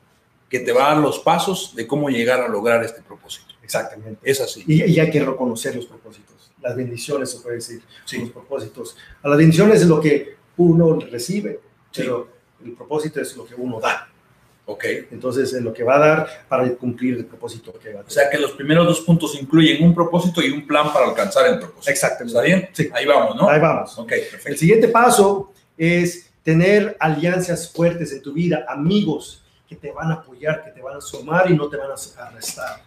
Speaker 2: que te va a dar los pasos de cómo llegar a lograr este propósito.
Speaker 3: exactamente
Speaker 2: Es así.
Speaker 3: y, y hay que reconocer los propósitos las bendiciones se puede decir
Speaker 2: Sí.
Speaker 3: los propósitos a las bendiciones es lo que uno recibe
Speaker 2: Sí.
Speaker 3: pero el propósito es lo que uno da
Speaker 2: Ok.
Speaker 3: entonces es lo que va a dar para cumplir el propósito que va a
Speaker 2: O
Speaker 3: tener.
Speaker 2: sea que los primeros dos puntos incluyen un propósito y un plan para alcanzar el propósito.
Speaker 3: exactamente
Speaker 2: ¿Está bien?
Speaker 3: Sí.
Speaker 2: Ahí vamos, ¿no?
Speaker 3: ahí vamos
Speaker 2: Ok,
Speaker 3: El
Speaker 2: perfecto.
Speaker 3: siguiente paso es tener alianzas fuertes en tu vida, amigos que te van a apoyar, que te van a sumar y no te van a restar.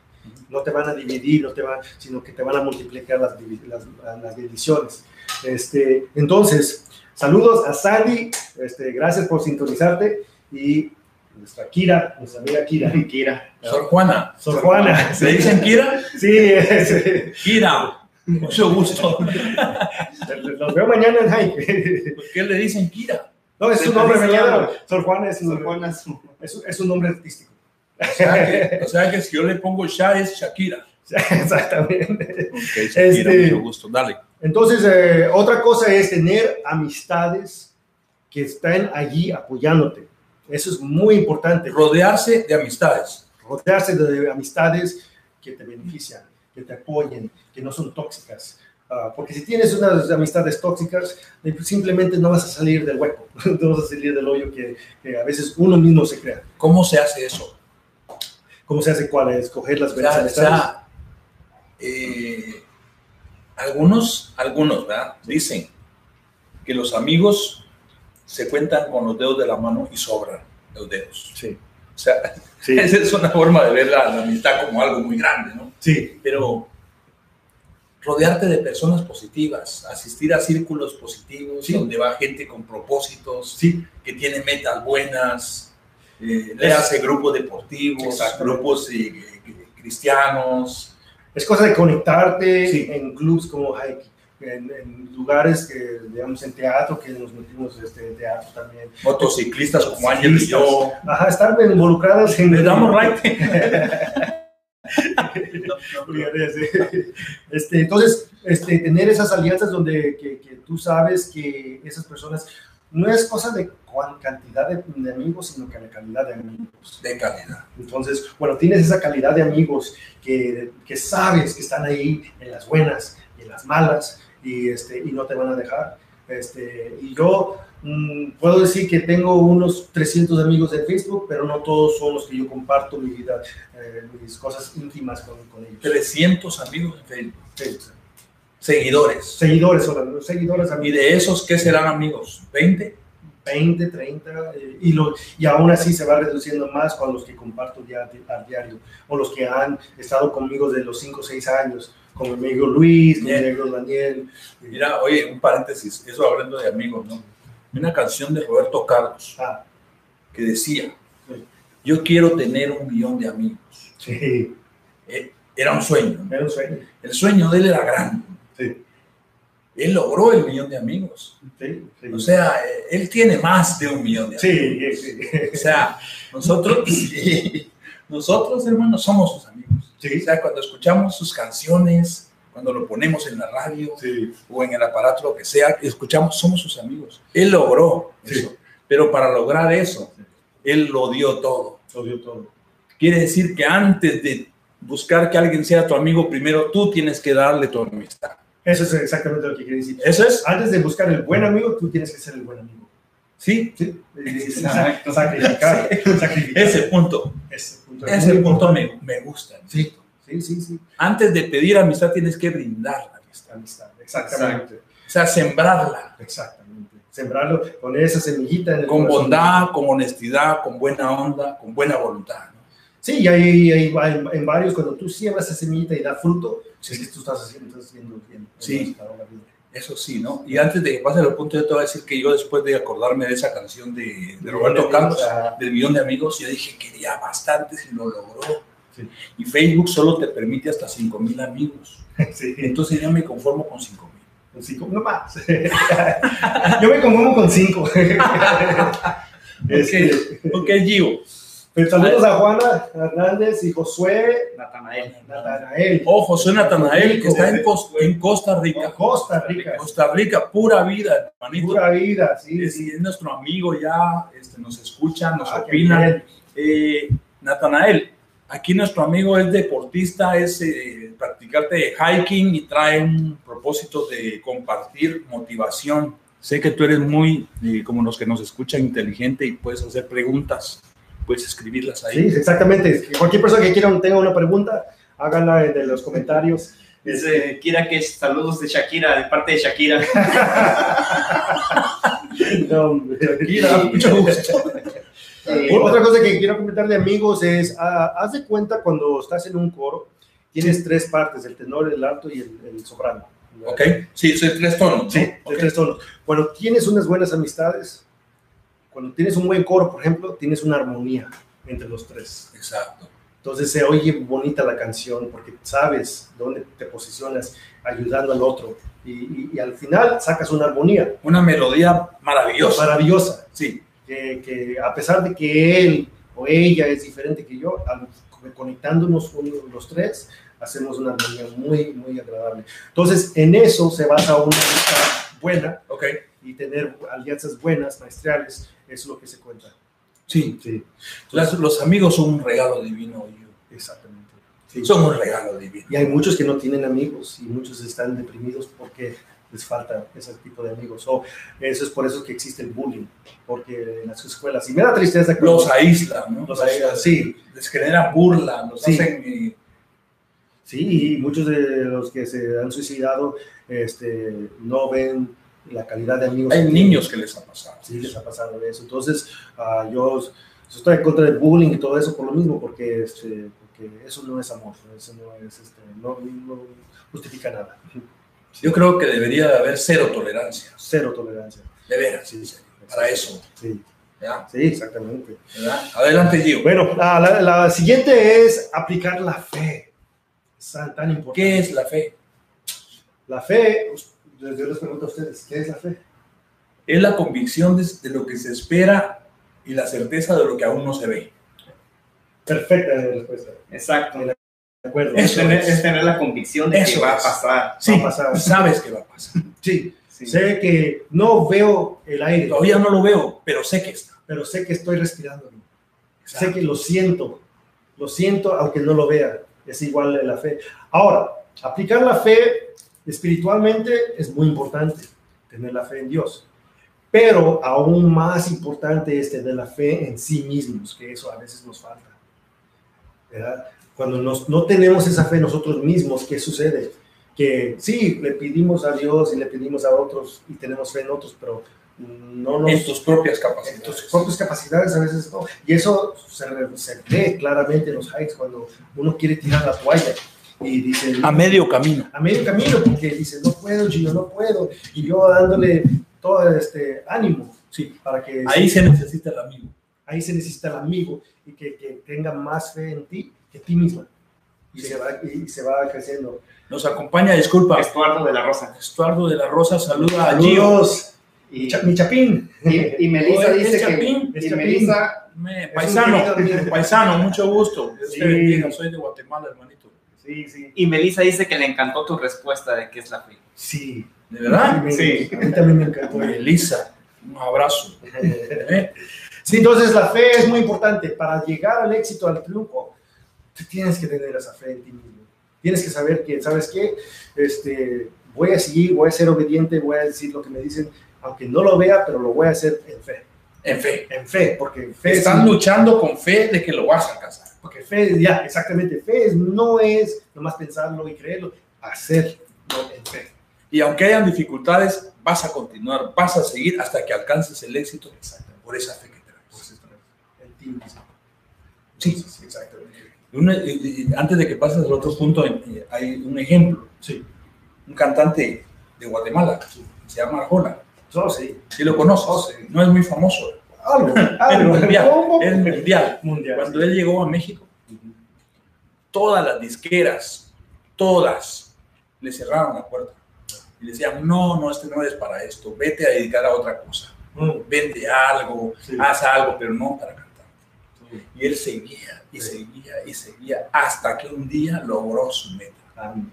Speaker 3: No te van a dividir, no te van, sino que te van a multiplicar las, divi- las, las bendiciones. Este, entonces, saludos a Sandy, este, gracias por sintonizarte y nuestra Kira, nuestra amiga Kira.
Speaker 1: Kira.
Speaker 2: Sor Juana.
Speaker 3: Sor Juana.
Speaker 2: ¿Le dicen Kira?
Speaker 3: Sí, es-
Speaker 2: Kira. Mucho gusto.
Speaker 3: los veo mañana en Hike.
Speaker 2: ¿Por qué le dicen Kira?
Speaker 3: No, es su nombre
Speaker 1: Te felicito.
Speaker 3: verdadero. Sor Juana es su
Speaker 1: Sor
Speaker 3: nombre.
Speaker 1: Juana es un-
Speaker 3: Es, un- es un nombre artístico.
Speaker 2: O sea que, o sea que si yo le pongo Sha es Shakira.
Speaker 3: Exactamente.
Speaker 2: Ok, Shakira,
Speaker 3: Este-
Speaker 2: mucho gusto. Dale.
Speaker 3: Entonces, eh, otra cosa es tener amistades que estén allí apoyándote. Eso es muy importante.
Speaker 2: Rodearse de amistades.
Speaker 3: Rodearse de amistades que te benefician, que te apoyen, que no son tóxicas. Ah, porque si tienes unas amistades tóxicas, eh, pues simplemente no vas a salir del hueco, no vas a salir del hoyo que, que a veces uno mismo se crea.
Speaker 2: ¿Cómo se hace eso?
Speaker 3: ¿Cómo se hace cuál? Escoger las
Speaker 2: O sea,
Speaker 3: veras
Speaker 2: o sea, eh, algunos, algunos, ¿verdad? Dicen que los amigos se cuentan con los dedos de la mano y sobran los dedos.
Speaker 3: Sí,
Speaker 2: O sea,
Speaker 3: sí,
Speaker 2: esa es una forma de ver la, la amistad como algo muy grande, ¿no?
Speaker 3: sí,
Speaker 2: Pero rodearte de personas positivas, asistir a círculos positivos,
Speaker 3: Sí.
Speaker 2: donde va gente con propósitos,
Speaker 3: sí.
Speaker 2: que tiene metas buenas, eh, le hace grupos deportivos,
Speaker 3: Exacto.
Speaker 2: grupos eh, eh, cristianos.
Speaker 3: Es cosa de conectarte
Speaker 2: Sí.
Speaker 3: en clubs como Hike, en, en lugares que, digamos, en teatro, que nos metimos este, en teatro también.
Speaker 2: motociclistas como Ángel y yo.
Speaker 3: Ajá, estar involucradas en...
Speaker 4: Le damos right.
Speaker 3: Prioridades, ¿eh? Este, entonces, este, tener esas alianzas donde que, que tú sabes que esas personas no es cosa de cuan- cantidad de, de amigos, sino que la calidad de amigos.
Speaker 2: De calidad.
Speaker 3: Entonces, bueno, tienes esa calidad de amigos que, que sabes que están ahí en las buenas y en las malas y, este, y no te van a dejar. Este, y yo mm, puedo decir que tengo unos 300 amigos en Facebook, pero no todos son los que yo comparto mi vida, eh, mis cosas íntimas con, con ellos.
Speaker 2: 300 amigos en Facebook,
Speaker 3: Sí.
Speaker 2: seguidores.
Speaker 3: Seguidores, sobre- seguidores,
Speaker 2: Y
Speaker 3: amigos,
Speaker 2: de esos, ¿qué serán amigos? ¿20?
Speaker 3: 20, 30, eh, y, lo, y aún así se va reduciendo más con los que comparto ya di- al diario, o los que han estado conmigo de los 5 o 6 años, con mi amigo Luis, con mi
Speaker 2: Bien.
Speaker 3: amigo Daniel. eh,
Speaker 2: Mira, oye, un paréntesis, eso hablando de amigos, ¿no? Una canción de Roberto Carlos
Speaker 3: ah,
Speaker 2: que decía,
Speaker 3: Sí.
Speaker 2: yo quiero tener un millón de amigos.
Speaker 3: sí,
Speaker 2: Eh, Era un sueño, ¿no?
Speaker 3: era un sueño.
Speaker 2: El sueño de él era grande.
Speaker 3: Sí.
Speaker 2: Él logró el millón de amigos.
Speaker 3: Sí, sí.
Speaker 2: O sea, eh, él tiene más de un millón de amigos.
Speaker 3: sí, sí,
Speaker 2: O sea, nosotros, nosotros, hermanos, somos sus amigos. O
Speaker 3: sí,
Speaker 2: sea, cuando escuchamos sus canciones, cuando lo ponemos en la radio
Speaker 3: sí,
Speaker 2: o en el aparato, lo que sea, escuchamos, somos sus amigos. Él logró
Speaker 3: Sí.
Speaker 2: eso. Pero para lograr eso, él lo dio todo.
Speaker 3: lo dio todo.
Speaker 2: Quiere decir que antes de buscar que alguien sea tu amigo, primero tú tienes que darle tu amistad.
Speaker 3: Eso es exactamente lo que quería decir.
Speaker 2: Eso es.
Speaker 3: Antes de buscar el buen amigo, tú tienes que ser el buen amigo.
Speaker 2: Sí,
Speaker 3: Sí, es-
Speaker 1: Exacto.
Speaker 3: sacrificar, sacrificar.
Speaker 2: ese punto.
Speaker 3: Ese punto es
Speaker 2: Ese
Speaker 3: muy
Speaker 2: punto
Speaker 3: importante.
Speaker 2: me, me gusta.
Speaker 3: Sí, sí, sí, sí.
Speaker 2: Antes de pedir amistad, tienes que brindar la amistad.
Speaker 3: Amistad, exactamente.
Speaker 2: O sea, sembrarla
Speaker 3: Exactamente. Sembrarlo, poner esa semillita en el
Speaker 2: con
Speaker 3: corazón.
Speaker 2: bondad, con honestidad, con buena onda, con buena voluntad. ¿no?
Speaker 3: Sí, y ahí, ahí va en, en varios, cuando tú siembras esa semillita y da fruto, si es que tú estás haciendo, estás haciendo bien.
Speaker 2: Sí.
Speaker 3: Estás dando la vida.
Speaker 2: Eso sí, ¿no? Y antes de que pase los puntos, yo te voy a decir que yo después de acordarme de esa canción de, de Roberto Carlos,
Speaker 3: Ah,
Speaker 2: del millón de amigos, yo dije que ya bastante si lo logró.
Speaker 3: Sí.
Speaker 2: Y Facebook solo te permite hasta 5 mil amigos.
Speaker 3: Sí,
Speaker 2: Entonces yo me conformo con 5 mil.
Speaker 3: con cinco, no más. Yo me conformo con cinco. Este,
Speaker 4: Ok, Gio.
Speaker 3: pues, saludos a Juana Hernández y Josué
Speaker 1: Natanael.
Speaker 3: Natanael.
Speaker 2: Ojo, suena Natanael, que está en, Cos- en Costa Rica.
Speaker 3: Costa Rica.
Speaker 2: Costa Rica, pura vida, hermanito.
Speaker 3: Pura vida, sí.
Speaker 2: Es,
Speaker 3: sí.
Speaker 2: es nuestro amigo ya, este, nos escucha, nos
Speaker 3: Ah, qué
Speaker 2: opina.
Speaker 3: bien.
Speaker 2: Eh, Natanael, aquí nuestro amigo es deportista, es eh, practicante de hiking y trae un propósito de compartir motivación.
Speaker 4: Sé que tú eres muy, eh, como los que nos escuchan, inteligente y puedes hacer preguntas.
Speaker 2: Puedes escribirlas ahí.
Speaker 3: Sí, exactamente. Cualquier persona que quiera un- tenga una pregunta, háganla en de los comentarios.
Speaker 1: Dice Kira que es saludos de Shakira, de parte de Shakira.
Speaker 3: Este, No, hombre.
Speaker 2: Mira, mucho gusto.
Speaker 1: Eh,
Speaker 3: Otra cosa que quiero comentar de amigos es, ah, haz de cuenta cuando estás en un coro, tienes tres partes, el tenor, el alto y el, el soprano.
Speaker 2: ok, sí, soy tres tonos. ¿no?
Speaker 3: Sí, de
Speaker 2: Ok.
Speaker 3: tres tonos. Cuando tienes unas buenas amistades, cuando tienes un buen coro, por ejemplo, tienes una armonía entre los tres.
Speaker 2: Exacto.
Speaker 3: Entonces se oye bonita la canción porque sabes dónde te posicionas ayudando al otro y, y- y al final sacas una armonía
Speaker 2: Una melodía maravillosa.
Speaker 3: maravillosa
Speaker 2: Sí,
Speaker 3: que, que a pesar de que él o ella es diferente que yo, al- conectándonos uno- los tres, hacemos una armonía muy, muy agradable. Entonces en eso se basa una amistad buena
Speaker 2: ok.
Speaker 3: y tener alianzas buenas, maestrales, es lo que se cuenta.
Speaker 2: Sí,
Speaker 3: Sí,
Speaker 2: Las- los amigos son un regalo divino. yo.
Speaker 3: exactamente. Sí.
Speaker 2: Son un regalo divino.
Speaker 3: Y hay muchos que no tienen amigos y muchos están deprimidos porque les falta ese tipo de amigos. O eso es por eso que existe el bullying, porque en las escuelas. Y me da tristeza que
Speaker 2: Los aíslan, ¿no?
Speaker 3: Los aíslan, sí.
Speaker 2: Les genera burla, los
Speaker 3: Sí.
Speaker 2: hacen... eh,
Speaker 3: Sí, y muchos de los que se han suicidado este, no ven la calidad de amigos.
Speaker 2: hay
Speaker 3: que
Speaker 2: niños que les ha pasado.
Speaker 3: Sí, les ha pasado eso. Entonces, ah, yo, yo estoy en contra del bullying y todo eso por lo mismo, porque, este, porque eso no es amor, eso no, es, este, no, no justifica nada.
Speaker 2: Yo creo que debería de haber cero tolerancia,
Speaker 3: Cero tolerancia.
Speaker 2: de veras,
Speaker 3: Sí,
Speaker 2: para eso.
Speaker 3: Sí,
Speaker 2: ¿ya?
Speaker 3: sí, exactamente.
Speaker 2: ¿Verdad? Adelante, Gio.
Speaker 3: Bueno, la, la- la siguiente es aplicar la fe. Es tan, tan importante.
Speaker 2: ¿Qué es la fe?
Speaker 3: La fe, us- yo yo les pregunto a ustedes, ¿qué es la fe?
Speaker 2: Es la convicción de, de lo que se espera y la certeza de lo que aún no se ve.
Speaker 3: Perfecta la respuesta.
Speaker 1: Exacto.
Speaker 3: De acuerdo.
Speaker 1: Es
Speaker 2: Eso
Speaker 1: tener,
Speaker 2: es.
Speaker 1: es tener la convicción de
Speaker 2: Eso
Speaker 1: que va
Speaker 2: es.
Speaker 1: a pasar.
Speaker 3: Sí. Va a pasar.
Speaker 2: sabes que va a pasar.
Speaker 3: Sí,
Speaker 1: Sí.
Speaker 3: sé que no veo el aire,
Speaker 2: Todavía no lo veo, pero sé que está.
Speaker 3: pero sé que estoy respirando. Sé
Speaker 2: Exacto.
Speaker 3: que lo siento. Lo siento aunque no lo vea. Es igual la fe. Ahora, aplicar la fe espiritualmente es muy importante. Tener la fe en Dios. Pero aún más importante es tener la fe en sí mismos, que eso a veces nos falta. ¿Verdad? Cuando nos- no tenemos esa fe nosotros mismos, ¿qué sucede? Que sí, le pedimos a Dios y le pedimos a otros y tenemos fe en otros, pero no nos
Speaker 2: en tus propias
Speaker 3: en tus
Speaker 2: capacidades.
Speaker 3: propias capacidades a veces no. Y eso se, se ve claramente en los hikes cuando uno quiere tirar la toalla y dice...
Speaker 4: A medio camino.
Speaker 3: a medio camino, porque dice, no puedo, yo no puedo. Y yo dándole todo este ánimo, sí, para que
Speaker 2: Ahí se necesita el amigo.
Speaker 3: ahí se necesita el amigo y que, que tenga más fe en ti que ti misma. Y,
Speaker 2: Sí.
Speaker 3: se, va, y se va creciendo.
Speaker 2: Nos acompaña, disculpa,
Speaker 1: Estuardo de la Rosa.
Speaker 2: Estuardo de la Rosa saluda a Gio.
Speaker 3: Saludos, mi
Speaker 1: Y,
Speaker 3: cha- mi chapín.
Speaker 1: y, y Melissa
Speaker 2: Oye,
Speaker 1: dice
Speaker 2: es
Speaker 1: que.
Speaker 2: Chapín,
Speaker 3: es
Speaker 1: Y
Speaker 3: Chapín.
Speaker 1: Melissa,
Speaker 2: Me-
Speaker 3: un
Speaker 2: paisano,
Speaker 3: querido amigo.
Speaker 2: paisano, mucho gusto. Dios te
Speaker 3: Sí.
Speaker 2: bendiga, soy de Guatemala, hermanito.
Speaker 3: Sí, sí.
Speaker 1: y Melissa dice que le encantó tu respuesta de que es la fe.
Speaker 3: Sí.
Speaker 2: ¿De verdad?
Speaker 1: Sí.
Speaker 3: A mí también me encantó.
Speaker 2: Elisa, un abrazo. ¿eh?
Speaker 3: Sí, entonces la fe es muy importante. Para llegar al éxito, al triunfo, tú tienes que tener esa fe en ti mismo. Tienes que saber que, ¿sabes qué? Este, voy a seguir, voy a ser obediente, voy a decir lo que me dicen, aunque no lo vea, pero lo voy a hacer en fe.
Speaker 2: En fe.
Speaker 3: En fe, porque en fe,
Speaker 2: Estás
Speaker 3: es-
Speaker 2: luchando con fe de que lo vas a alcanzar.
Speaker 3: porque fe, es- ya, exactamente, fe es- no es nomás pensarlo y creerlo, hacerlo en fe.
Speaker 2: Y aunque hayan dificultades, vas a continuar, vas a seguir hasta que alcances el éxito por esa fe que
Speaker 3: Pues,
Speaker 2: tenemos.
Speaker 3: esto es en ti mismo.
Speaker 2: Sí.
Speaker 3: Entonces, exactamente.
Speaker 2: Una- y- y- antes de que pases al otro punto, eh, hay un ejemplo.
Speaker 3: Sí.
Speaker 2: Un cantante de Guatemala, se llama Arjona.
Speaker 3: So, sí.
Speaker 2: Si lo conoces,
Speaker 3: Oh, sí.
Speaker 2: no es muy famoso.
Speaker 3: Algo,
Speaker 2: Es
Speaker 3: algo.
Speaker 2: mundial,
Speaker 3: ¿Cómo?
Speaker 2: es mundial.
Speaker 3: Mundial,
Speaker 2: Cuando
Speaker 3: sí.
Speaker 2: él llegó a México, todas las disqueras, todas, le cerraron la puerta. Y le decían, no, no, este no eres para esto, vete a dedicar a otra cosa.
Speaker 3: Mm,
Speaker 2: Vende algo,
Speaker 3: Sí.
Speaker 2: haz algo, pero no para cantar.
Speaker 3: sí.
Speaker 2: Y él seguía, y
Speaker 3: Sí.
Speaker 2: seguía, y seguía, hasta que un día logró su meta.
Speaker 3: Ándale.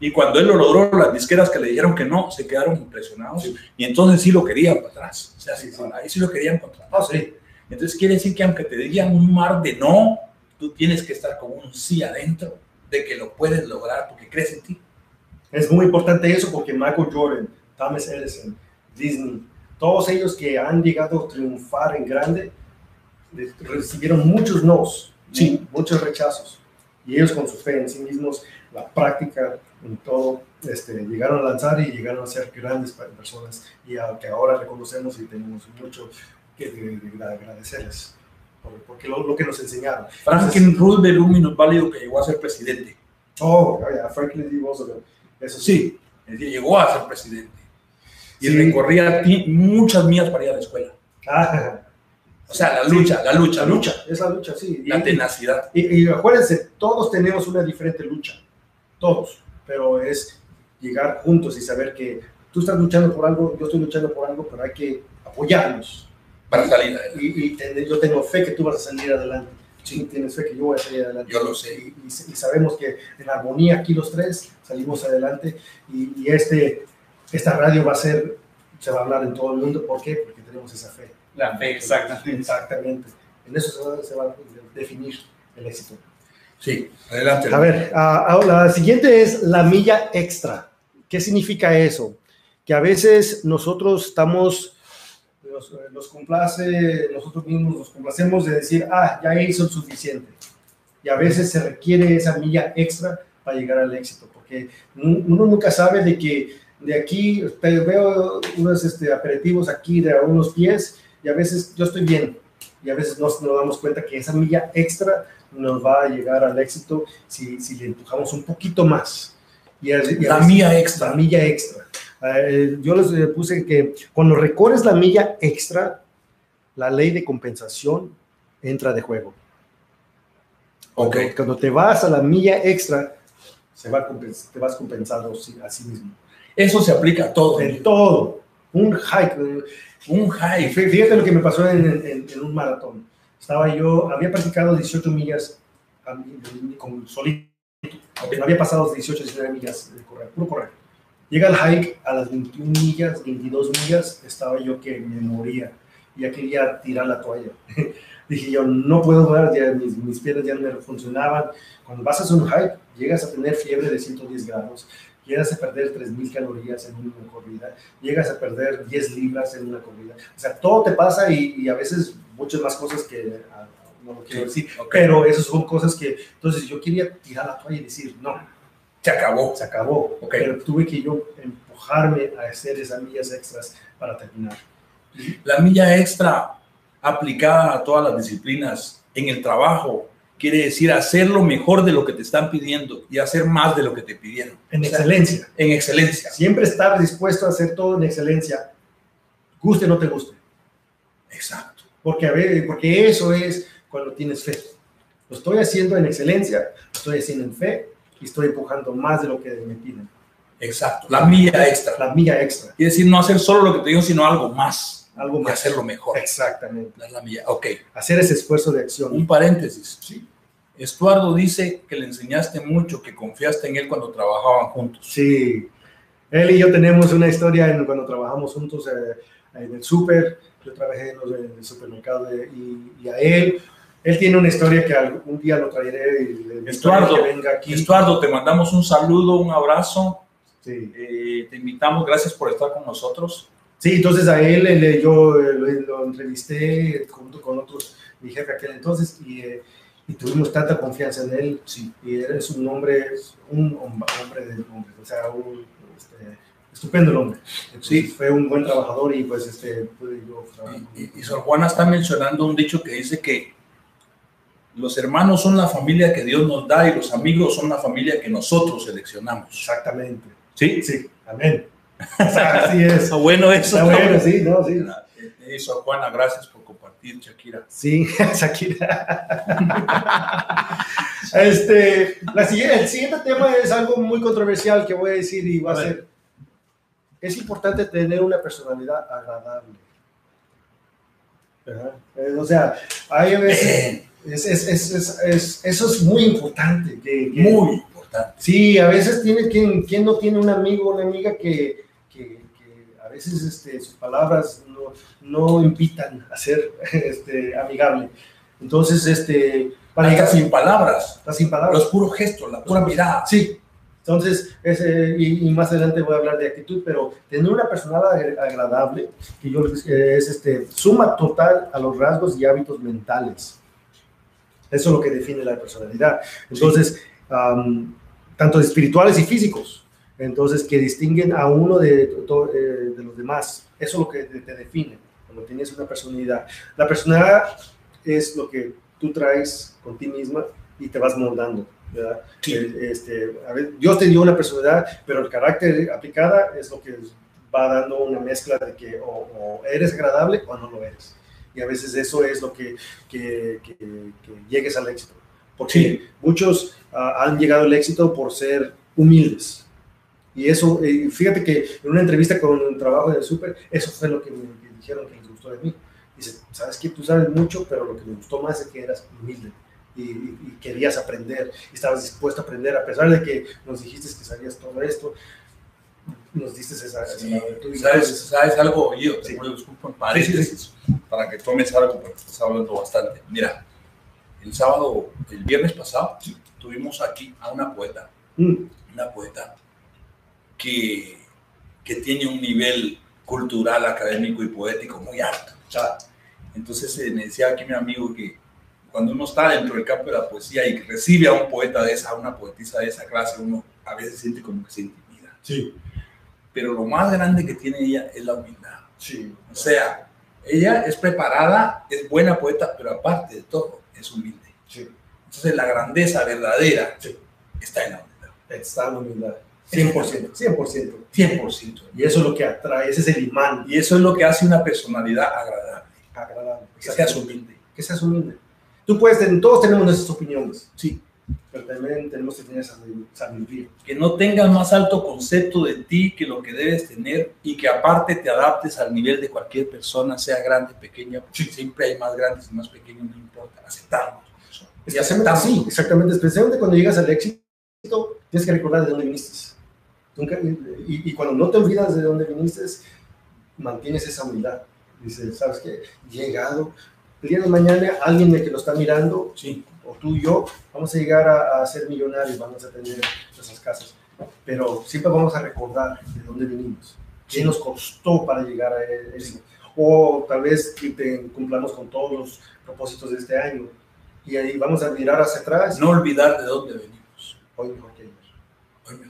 Speaker 2: Y cuando él lo logró, las disqueras que le dijeron que no, se quedaron impresionados.
Speaker 3: Sí.
Speaker 2: Y entonces sí lo querían para atrás. O sea,
Speaker 3: Sí,
Speaker 2: sí,
Speaker 3: sí.
Speaker 2: ahí sí lo querían contratar.
Speaker 3: Ah, sí.
Speaker 2: Entonces quiere decir que aunque te digan un mar de no, tú tienes que estar con un sí adentro de que lo puedes lograr porque crees en ti.
Speaker 3: Es muy importante eso porque Michael Jordan, Thomas Edison, Disney, todos ellos que han llegado a triunfar en grande, de- recibieron muchos nos,
Speaker 2: Sí.
Speaker 3: muchos rechazos. Y ellos con su fe en sí mismos, la práctica en todo, este, llegaron a lanzar y llegaron a ser grandes pa- personas y a- que ahora reconocemos y tenemos mucho que de- de- de agradecerles por, porque lo, lo que nos enseñaron.
Speaker 2: Franklin Roosevelt, un minusválido que llegó a ser presidente.
Speaker 3: Oh, yeah, Franklin D. Roosevelt, eso sí.
Speaker 2: Sí, es decir, llegó a ser presidente. Y
Speaker 3: Sí.
Speaker 2: recorría ti- muchas millas para ir a la escuela.
Speaker 3: Ah,
Speaker 2: O sea, la lucha, la lucha,
Speaker 3: la
Speaker 2: la lucha,
Speaker 3: lucha, es la lucha, sí.
Speaker 2: la
Speaker 3: Y-
Speaker 2: tenacidad.
Speaker 3: Y, y acuérdense, todos tenemos una diferente lucha, todos, pero es llegar juntos y saber que tú estás luchando por algo, yo estoy luchando por algo, pero hay que apoyarnos.
Speaker 2: para salir adelante.
Speaker 3: Y, y tener- yo tengo fe que tú vas a salir adelante. Sí, tienes fe que yo voy a salir adelante.
Speaker 2: Yo lo sé.
Speaker 3: Y, y- y sabemos que en armonía aquí los tres salimos adelante y, y este, esta radio va a ser, se va a hablar en todo el mundo. ¿Por qué? Porque tenemos esa fe.
Speaker 1: La fe, exactamente.
Speaker 3: Exactamente. En eso se va, se va a definir el éxito.
Speaker 2: Sí, adelante.
Speaker 3: A ver, ah, ah, la siguiente es la milla extra. ¿Qué significa eso? Que a veces nosotros estamos, nos, nos complace, nosotros mismos nos complacemos de decir, ah, ya hizo el suficiente. Y a veces se requiere esa milla extra para llegar al éxito, porque nu- uno nunca sabe de que de aquí te veo unos este, aperitivos aquí de a unos pies y a veces yo estoy bien y a veces nos, nos damos cuenta que esa milla extra nos va a llegar al éxito si, si le empujamos un poquito más. Y a- y a
Speaker 2: La
Speaker 3: veces-
Speaker 2: mía extra.
Speaker 3: la milla extra. Eh, yo les eh, puse que cuando recorres la milla extra, la ley de compensación entra de juego.
Speaker 2: Ok.
Speaker 3: Cuando- Cuando te vas a la milla extra, se va a compens- te vas compensando sí- a sí mismo.
Speaker 2: Eso se aplica a todo.
Speaker 3: En todo. Un hike.
Speaker 2: Un
Speaker 3: eh,
Speaker 2: high.
Speaker 3: fí- Fíjate lo que me pasó en, en- en un maratón. Estaba yo, había practicado 18 millas a mí- con solito. No había pasado los 18, 19 millas de correr, puro correr. Llega al hike a las 21 millas, 22 millas, estaba yo que me moría. Ya quería tirar la toalla. Dije yo, no puedo más, ya mis, mis piernas ya no me funcionaban. Cuando vas a hacer un hike, llegas a tener fiebre de 110 grados, llegas a perder 3.000 calorías en una corrida, llegas a perder 10 libras en una corrida. O sea, todo te pasa y, y a veces muchas más cosas que ah, no lo quiero decir.
Speaker 2: Ok.
Speaker 3: Pero esas son cosas que, entonces yo quería tirar la toalla y decir, no,
Speaker 2: Se acabó.
Speaker 3: se acabó.
Speaker 2: Ok.
Speaker 3: Pero tuve que yo empujarme a hacer esas millas extras para terminar.
Speaker 2: La milla extra aplicada a todas las disciplinas en el trabajo quiere decir hacer lo mejor de lo que te están pidiendo y hacer más de lo que te pidieron.
Speaker 3: En
Speaker 2: O sea,
Speaker 3: excelencia.
Speaker 2: En excelencia.
Speaker 3: Siempre estar dispuesto a hacer todo en excelencia, guste o no te guste.
Speaker 2: Exacto.
Speaker 3: Porque, a ver, porque eso es cuando tienes fe. Lo estoy haciendo en excelencia, lo estoy haciendo en fe y estoy empujando más de lo que me piden.
Speaker 2: Exacto. La milla extra.
Speaker 3: La milla extra,
Speaker 2: Quiere decir no hacer solo lo que te digo, sino algo más.
Speaker 3: algo
Speaker 2: Y
Speaker 3: más.
Speaker 2: hacerlo mejor.
Speaker 3: Exactamente.
Speaker 2: Dar la milla. Ok.
Speaker 3: Hacer ese esfuerzo de acción.
Speaker 2: Un paréntesis. Estuardo dice que le enseñaste mucho, que confiaste en él cuando trabajaban juntos.
Speaker 3: Sí, él y yo tenemos una historia en- cuando trabajamos juntos eh, en el súper. Yo trabajé en, los, en el supermercado de- y, y a él, él tiene una historia que algún día lo traeré y le- le
Speaker 2: Estuardo,
Speaker 3: que venga aquí.
Speaker 2: Estuardo, te mandamos un saludo, un abrazo.
Speaker 3: Sí.
Speaker 2: Eh, te invitamos, gracias por estar con nosotros.
Speaker 3: Sí, entonces a él eh, le- yo eh, lo, lo entrevisté junto con otros, mi jefe aquel entonces, y, eh, y tuvimos tanta confianza en él.
Speaker 2: Sí.
Speaker 3: Y él es un hombre, un hombre, hombre de hombres, o sea, un este, estupendo el hombre.
Speaker 2: Sí.
Speaker 3: sí. Fue un buen trabajador y pues este, pude yo trabajar con
Speaker 2: Y,
Speaker 3: él.
Speaker 2: y- y Sor Juana está mencionando un dicho que dice que los hermanos son la familia que Dios nos da y los amigos son la familia que nosotros seleccionamos.
Speaker 3: Exactamente.
Speaker 4: Sí,
Speaker 3: Sí, amén. Así es.
Speaker 4: está bueno eso.
Speaker 3: Está
Speaker 4: está
Speaker 3: bueno,
Speaker 4: bueno.
Speaker 3: sí, no, sí.
Speaker 2: Eh, eh, Sor Juana, gracias por compartir, Shakira.
Speaker 3: Sí, Shakira. este, la siguiente, el siguiente tema es algo muy controversial que voy a decir y va a,
Speaker 2: A ver.
Speaker 3: ser. Es importante tener una personalidad agradable. ¿Verdad? Eh, O sea, hay a veces. es- es- es- es- es- eso es muy importante. que- que-
Speaker 2: Muy importante.
Speaker 3: Sí, a veces tiene quien, quien no tiene un amigo o una amiga que, que- que a veces este, sus palabras no, no invitan a ser este, amigable. Entonces, este, para
Speaker 2: Hasta
Speaker 3: llegar
Speaker 2: sin palabras,
Speaker 3: está sin palabras.
Speaker 2: los puros gestos, la pura mirada.
Speaker 3: Sí, entonces, ese, y, y más adelante voy a hablar de actitud, pero tener una persona ag- agradable, que yo les- eh, es este, suma total a los rasgos y hábitos mentales. Eso es lo que define la personalidad. Entonces, am, tanto espirituales y físicos, entonces que distinguen a uno de, to- eh, de los demás. Eso es lo que te, te define, cuando tienes una personalidad. La personalidad es lo que tú traes con ti misma y te vas moldando, ¿verdad?
Speaker 2: Sí.
Speaker 3: El- este, a ver, Dios te dio una personalidad, pero el carácter aplicada es lo que va dando una mezcla de que o, o eres agradable o no lo eres. Y a veces eso es lo que, que, que- que llegues al éxito. Porque
Speaker 2: Sí.
Speaker 3: muchos ah, han llegado al éxito por ser humildes. Y eso, eh, fíjate que en una entrevista con un trabajo de Super, eso fue lo que me que dijeron que les gustó de mí. Dice, sabes que tú sabes mucho, pero lo que me gustó más es que eras humilde y, y- y querías aprender, y estabas dispuesto a aprender, a pesar de que nos dijiste que sabías todo esto, nos diste esa... esa
Speaker 2: Sí,
Speaker 3: magnitud.
Speaker 2: ¿Sabes, sabes algo? Yo te
Speaker 3: Sí.
Speaker 2: voy a disculpa, paréntesis, para que tomes algo porque estás hablando bastante. Mira, el sábado, el viernes pasado, tuvimos aquí a una poeta,
Speaker 3: Mm,
Speaker 2: una poeta que, que tiene un nivel cultural, académico y poético muy alto. o sea, entonces eh, me decía aquí mi amigo que cuando uno está dentro del campo de la poesía y recibe a un poeta de esa, a una poetisa de esa clase, uno a veces siente como que se intimida.
Speaker 3: sí,
Speaker 2: Pero lo más grande que tiene ella es la humildad.
Speaker 3: sí.
Speaker 2: O sea, ella es preparada, es buena poeta, pero aparte de todo, es humilde.
Speaker 3: Sí.
Speaker 2: Entonces la grandeza verdadera
Speaker 3: Sí.
Speaker 2: está en la humildad.
Speaker 3: Está la humildad. 100%, 100%.
Speaker 2: 100%.
Speaker 3: Y eso es lo que atrae, ese es el imán
Speaker 2: Y eso es lo que hace una personalidad agradable.
Speaker 3: agradable.
Speaker 2: Que seas humilde.
Speaker 3: que seas humilde. Tú puedes, tener- todos tenemos nuestras opiniones,
Speaker 2: Sí.
Speaker 3: pero también tenemos que tener esa sabiduría.
Speaker 2: Que no tengas más alto concepto de ti que lo que debes tener y que aparte te adaptes al nivel de cualquier persona, sea grande, pequeña, porque siempre hay más grandes y más pequeños, no importa. Aceptarnos. como son. Y
Speaker 3: Exactamente,
Speaker 2: aceptamos.
Speaker 3: sí, exactamente. Especialmente cuando llegas al éxito, tienes que recordar de dónde viniste. Nunca- y, y cuando no te olvidas de dónde viniste, mantienes esa humildad. Dices, ¿sabes qué? Llegado. El día de mañana, alguien de que lo está mirando,
Speaker 2: Sí.
Speaker 3: o tú y yo, vamos a llegar a, a ser millonarios, vamos a tener nuestras casas. Pero siempre vamos a recordar de dónde venimos, qué nos costó para llegar a e- eso. O tal vez que te- cumplamos con todos los propósitos de este año. Y ahí vamos a mirar hacia atrás.
Speaker 2: No olvidar de dónde venimos.
Speaker 3: Hoy mejor que ayer.
Speaker 2: Hoy me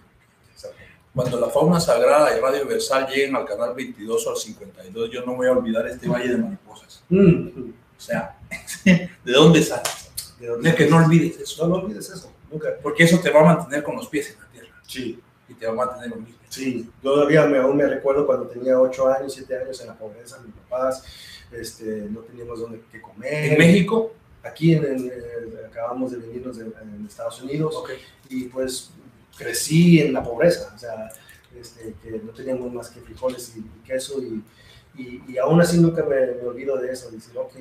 Speaker 2: Cuando la fauna sagrada y Radio Versal lleguen al canal 22 o al 52, yo no voy a olvidar este valle de mariposas.
Speaker 3: Mm, mm.
Speaker 2: O sea, ¿de dónde sales?
Speaker 3: De
Speaker 2: De que no olvides eso.
Speaker 3: No, no olvides eso, nunca.
Speaker 2: Porque eso te va a mantener con los pies en la tierra
Speaker 3: Sí,
Speaker 2: y te va a mantener humilde.
Speaker 3: sí. Yo todavía me, aún me recuerdo cuando tenía 8 años, 7 años en la pobreza, mis papás este, no teníamos dónde que comer.
Speaker 2: En México,
Speaker 3: aquí en, en- eh, acabamos de venirnos de- en Estados Unidos y pues crecí en la pobreza, o sea, este, que no teníamos más que frijoles y, y queso y, y- y aún así nunca me, me olvido de eso, decir, ok,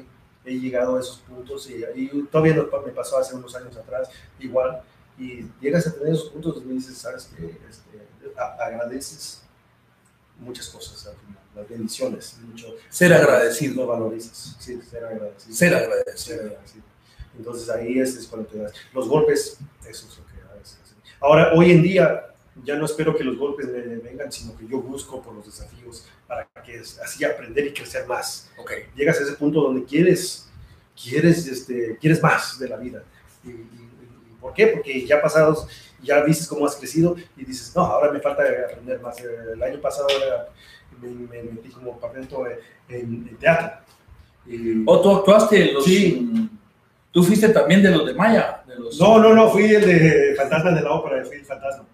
Speaker 3: he llegado a esos puntos y, y todavía lo- me pasó hace unos años atrás igual y llegas a tener esos puntos y dices, sabes que este, a- agradeces muchas cosas, al final, las bendiciones, mucho,
Speaker 2: ser agradecido,
Speaker 3: lo valorizas, sí, ser agradecido.
Speaker 2: ser
Speaker 3: Sí,
Speaker 2: agradecido.
Speaker 3: sí. Entonces ahí es, es cuando te das. Los golpes, eso es lo que a veces hacen. Ahora, hoy en día, ya no espero que los golpes me vengan, sino que yo busco por los desafíos para que es- así aprender y crecer más.
Speaker 2: Ok,
Speaker 3: Llegas a ese punto donde quieres, quieres, este, quieres más de la vida. Y, y- y- ¿Por qué? Porque ya pasados, ya viste cómo has crecido y dices, no, ahora me falta aprender más. El año pasado era- me, me metí como papento en, en teatro. Y-
Speaker 2: ¿O tú actuaste en los...
Speaker 3: Sí.
Speaker 2: Tú fuiste también de los de Maya, de los...
Speaker 3: No, no, no, fui el de Fantasma de la Ópera, fui el fantasma.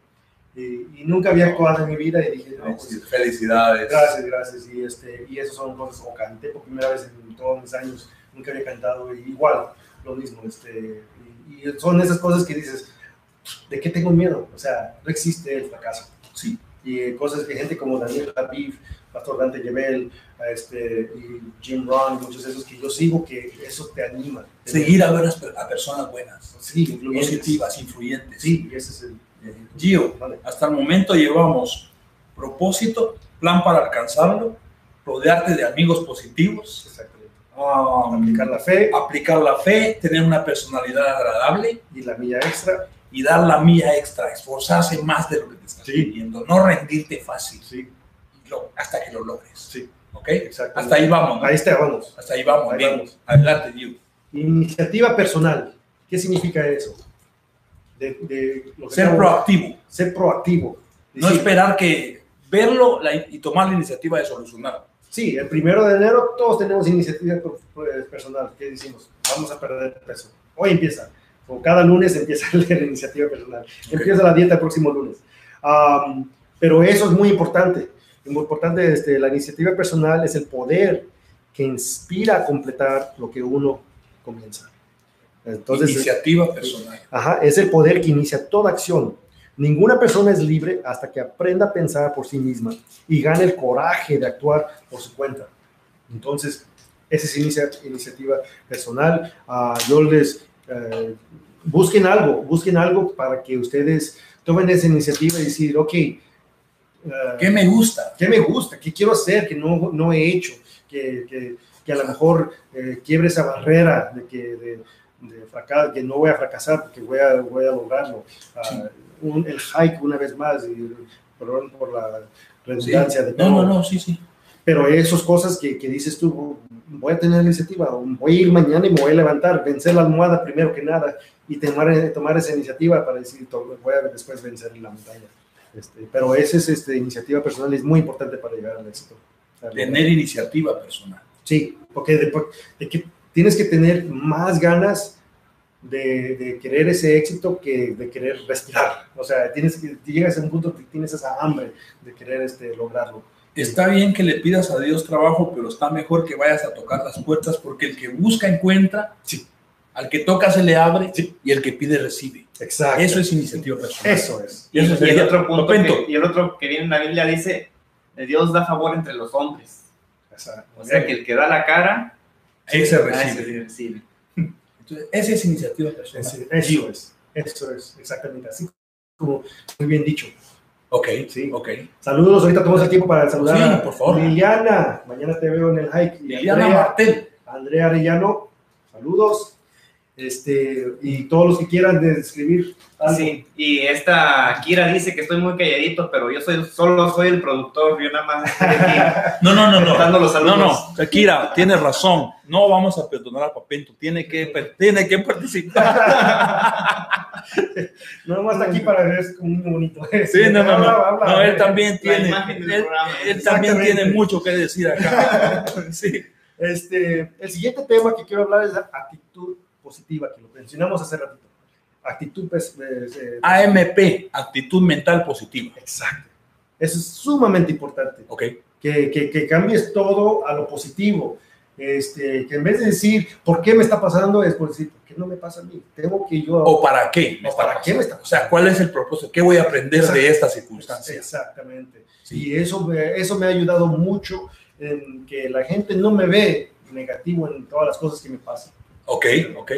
Speaker 3: Y, y nunca había actuado en mi vida y dije, no, pues,
Speaker 2: Felicidades.
Speaker 3: gracias, gracias. Y, este, y eso son cosas, o canté por primera vez en todos mis años, nunca había cantado, y igual, lo mismo. Este, y, y son esas cosas que dices, ¿de qué tengo miedo? O sea, no existe el fracaso.
Speaker 2: Sí.
Speaker 3: Y eh, cosas que gente como Daniel Javif, Pastor Dante Gebel, a este, y Jim Ron, muchos de esos que yo sigo, que eso te anima.
Speaker 2: Seguir a, buenas, per- a personas buenas,
Speaker 3: Sí, influyentes.
Speaker 2: positivas, influyentes.
Speaker 3: Sí, y ese es el...
Speaker 2: Eh, Gio,
Speaker 3: Vale.
Speaker 2: hasta el momento llevamos propósito, plan para alcanzarlo, rodearte de amigos positivos,
Speaker 3: Exactamente.
Speaker 2: um,
Speaker 3: Aplicar la fe
Speaker 2: aplicar la fe, tener una personalidad agradable
Speaker 3: y la milla extra.
Speaker 2: y dar la mía extra, esforzarse más de lo que te estás
Speaker 3: Sí.
Speaker 2: pidiendo, no rendirte fácil
Speaker 3: Sí,
Speaker 2: lo- hasta que lo logres.
Speaker 3: Sí.
Speaker 2: ¿Ok?
Speaker 3: exacto.
Speaker 2: Hasta ahí vamos. ¿no?
Speaker 3: Ahí está, vamos.
Speaker 2: Hasta ahí vamos.
Speaker 3: Ahí
Speaker 2: bien.
Speaker 3: vamos.
Speaker 2: Adelante, Gio.
Speaker 3: Iniciativa personal. ¿Qué significa eso? De, de lo que
Speaker 2: Ser
Speaker 3: llamo-
Speaker 2: proactivo.
Speaker 3: Ser proactivo.
Speaker 2: No
Speaker 3: Decir,
Speaker 2: esperar que verlo la- y tomar la iniciativa de solucionarlo.
Speaker 3: sí, el primero de enero todos tenemos iniciativa pro- pro- personal. ¿Qué decimos? Vamos a perder peso. Hoy empieza. O cada lunes empieza la iniciativa personal. Empieza la dieta el próximo lunes. Am, pero eso es muy importante. Es Muy importante, este, la iniciativa personal es el poder que inspira a completar lo que uno comienza. Entonces,
Speaker 2: iniciativa personal.
Speaker 3: ajá, es el poder que inicia toda acción. Ninguna persona es libre hasta que aprenda a pensar por sí misma y gane el coraje de actuar por su cuenta. Entonces, esa es inicia- iniciativa personal. Ah, yo les eh, busquen algo, busquen algo para que ustedes tomen esa iniciativa y decir, ok, eh,
Speaker 2: ¿Qué me gusta?
Speaker 3: qué me gusta, qué quiero hacer, que no, no he hecho, que, que- que a lo mejor eh, quiebre esa barrera de que de, de fracaso, que no voy a fracasar porque voy a, voy a lograrlo. Ah,
Speaker 2: Sí.
Speaker 3: un- el hike una vez más, y perdón por la
Speaker 2: Sí.
Speaker 3: redundancia de
Speaker 2: No, no, no, sí, sí.
Speaker 3: pero esas cosas que, que dices tú, "Oh, voy a tener la iniciativa, voy a ir mañana y me voy a levantar, vencer la almohada primero que nada y tomar, eh, tomar esa iniciativa para decir, to- voy a después vencer la montaña. Este, pero esa es, este, iniciativa personal es muy importante para llegar al éxito. O sea,
Speaker 2: Tener iniciativa personal.
Speaker 3: Sí, porque de, de que tienes que tener más ganas de, de querer ese éxito que de querer respirar. O sea, tienes que, llegas a un punto que tienes esa hambre de querer este, lograrlo.
Speaker 2: Está bien que le pidas a Dios trabajo, pero está mejor que vayas a tocar las puertas porque el que busca encuentra,
Speaker 3: Sí.
Speaker 2: al que toca se le abre y el que pide recibe.
Speaker 3: Exacto.
Speaker 2: Eso es iniciativa personal.
Speaker 3: Eso es.
Speaker 1: Y,
Speaker 2: Eso
Speaker 1: y el
Speaker 2: sería-
Speaker 1: otro punto
Speaker 2: Papento,
Speaker 1: que, y el otro que viene en la Biblia dice, Dios da favor entre los hombres.
Speaker 3: Exacto.
Speaker 1: O sea que el que da la cara,
Speaker 2: ahí se
Speaker 4: Ah,
Speaker 1: a ese
Speaker 2: recibe.
Speaker 1: le recibe.
Speaker 2: Entonces, esa es iniciativa personal.
Speaker 3: Es- eso es. Eso es, exactamente. Así como muy bien dicho.
Speaker 2: Ok,
Speaker 3: Sí.
Speaker 2: ok.
Speaker 3: Saludos, ahorita tomamos el tiempo para saludar
Speaker 2: Sí,
Speaker 3: a
Speaker 2: por favor.
Speaker 3: Liliana. Mañana te veo en el hike. Y
Speaker 2: Liliana
Speaker 3: Andrea-
Speaker 2: Martel,
Speaker 3: Andrea Arellano, saludos. Este, y todos los que quieran de escribir. algo.
Speaker 1: Sí, y esta Kira dice que estoy muy calladito, pero yo soy solo soy el productor, yo nada más estoy aquí
Speaker 2: No, no, no, no.
Speaker 1: dando los
Speaker 4: No,
Speaker 1: saludos.
Speaker 4: no, Shakira, tienes razón. No vamos a perdonar a Papento. Tiene que, per- tiene que participar.
Speaker 3: No nomás está aquí para ver, es como muy bonito.
Speaker 4: Sí, no, no, no.
Speaker 3: Habla, habla.
Speaker 4: No, él también
Speaker 1: La
Speaker 4: tiene.
Speaker 1: imagen del
Speaker 4: Él,
Speaker 1: programa.
Speaker 4: él también
Speaker 3: Exactamente.
Speaker 4: tiene mucho que decir acá. Sí.
Speaker 3: Este, el siguiente tema que quiero hablar es la actitud positiva, que lo mencionamos hace ratito. Actitud pues, pues, eh,
Speaker 4: AMP, actitud mental positiva.
Speaker 3: Exacto. Eso es sumamente importante.
Speaker 4: Ok.
Speaker 3: Que, que- que cambies todo a lo positivo. Este, que en vez de decir, ¿por qué me está pasando? Es por decir, ¿por qué no me pasa a mí? Tengo que yo...
Speaker 2: ¿O para qué? me
Speaker 3: ¿O
Speaker 2: está
Speaker 3: para qué me está
Speaker 2: pasando? O sea, ¿cuál es el propósito? ¿Qué voy a aprender de esta circunstancia?
Speaker 3: Exactamente.
Speaker 2: Sí.
Speaker 3: Y eso, me- eso me ha ayudado mucho en que la gente no me ve negativo en todas las cosas que me pasan.
Speaker 2: Ok, ok.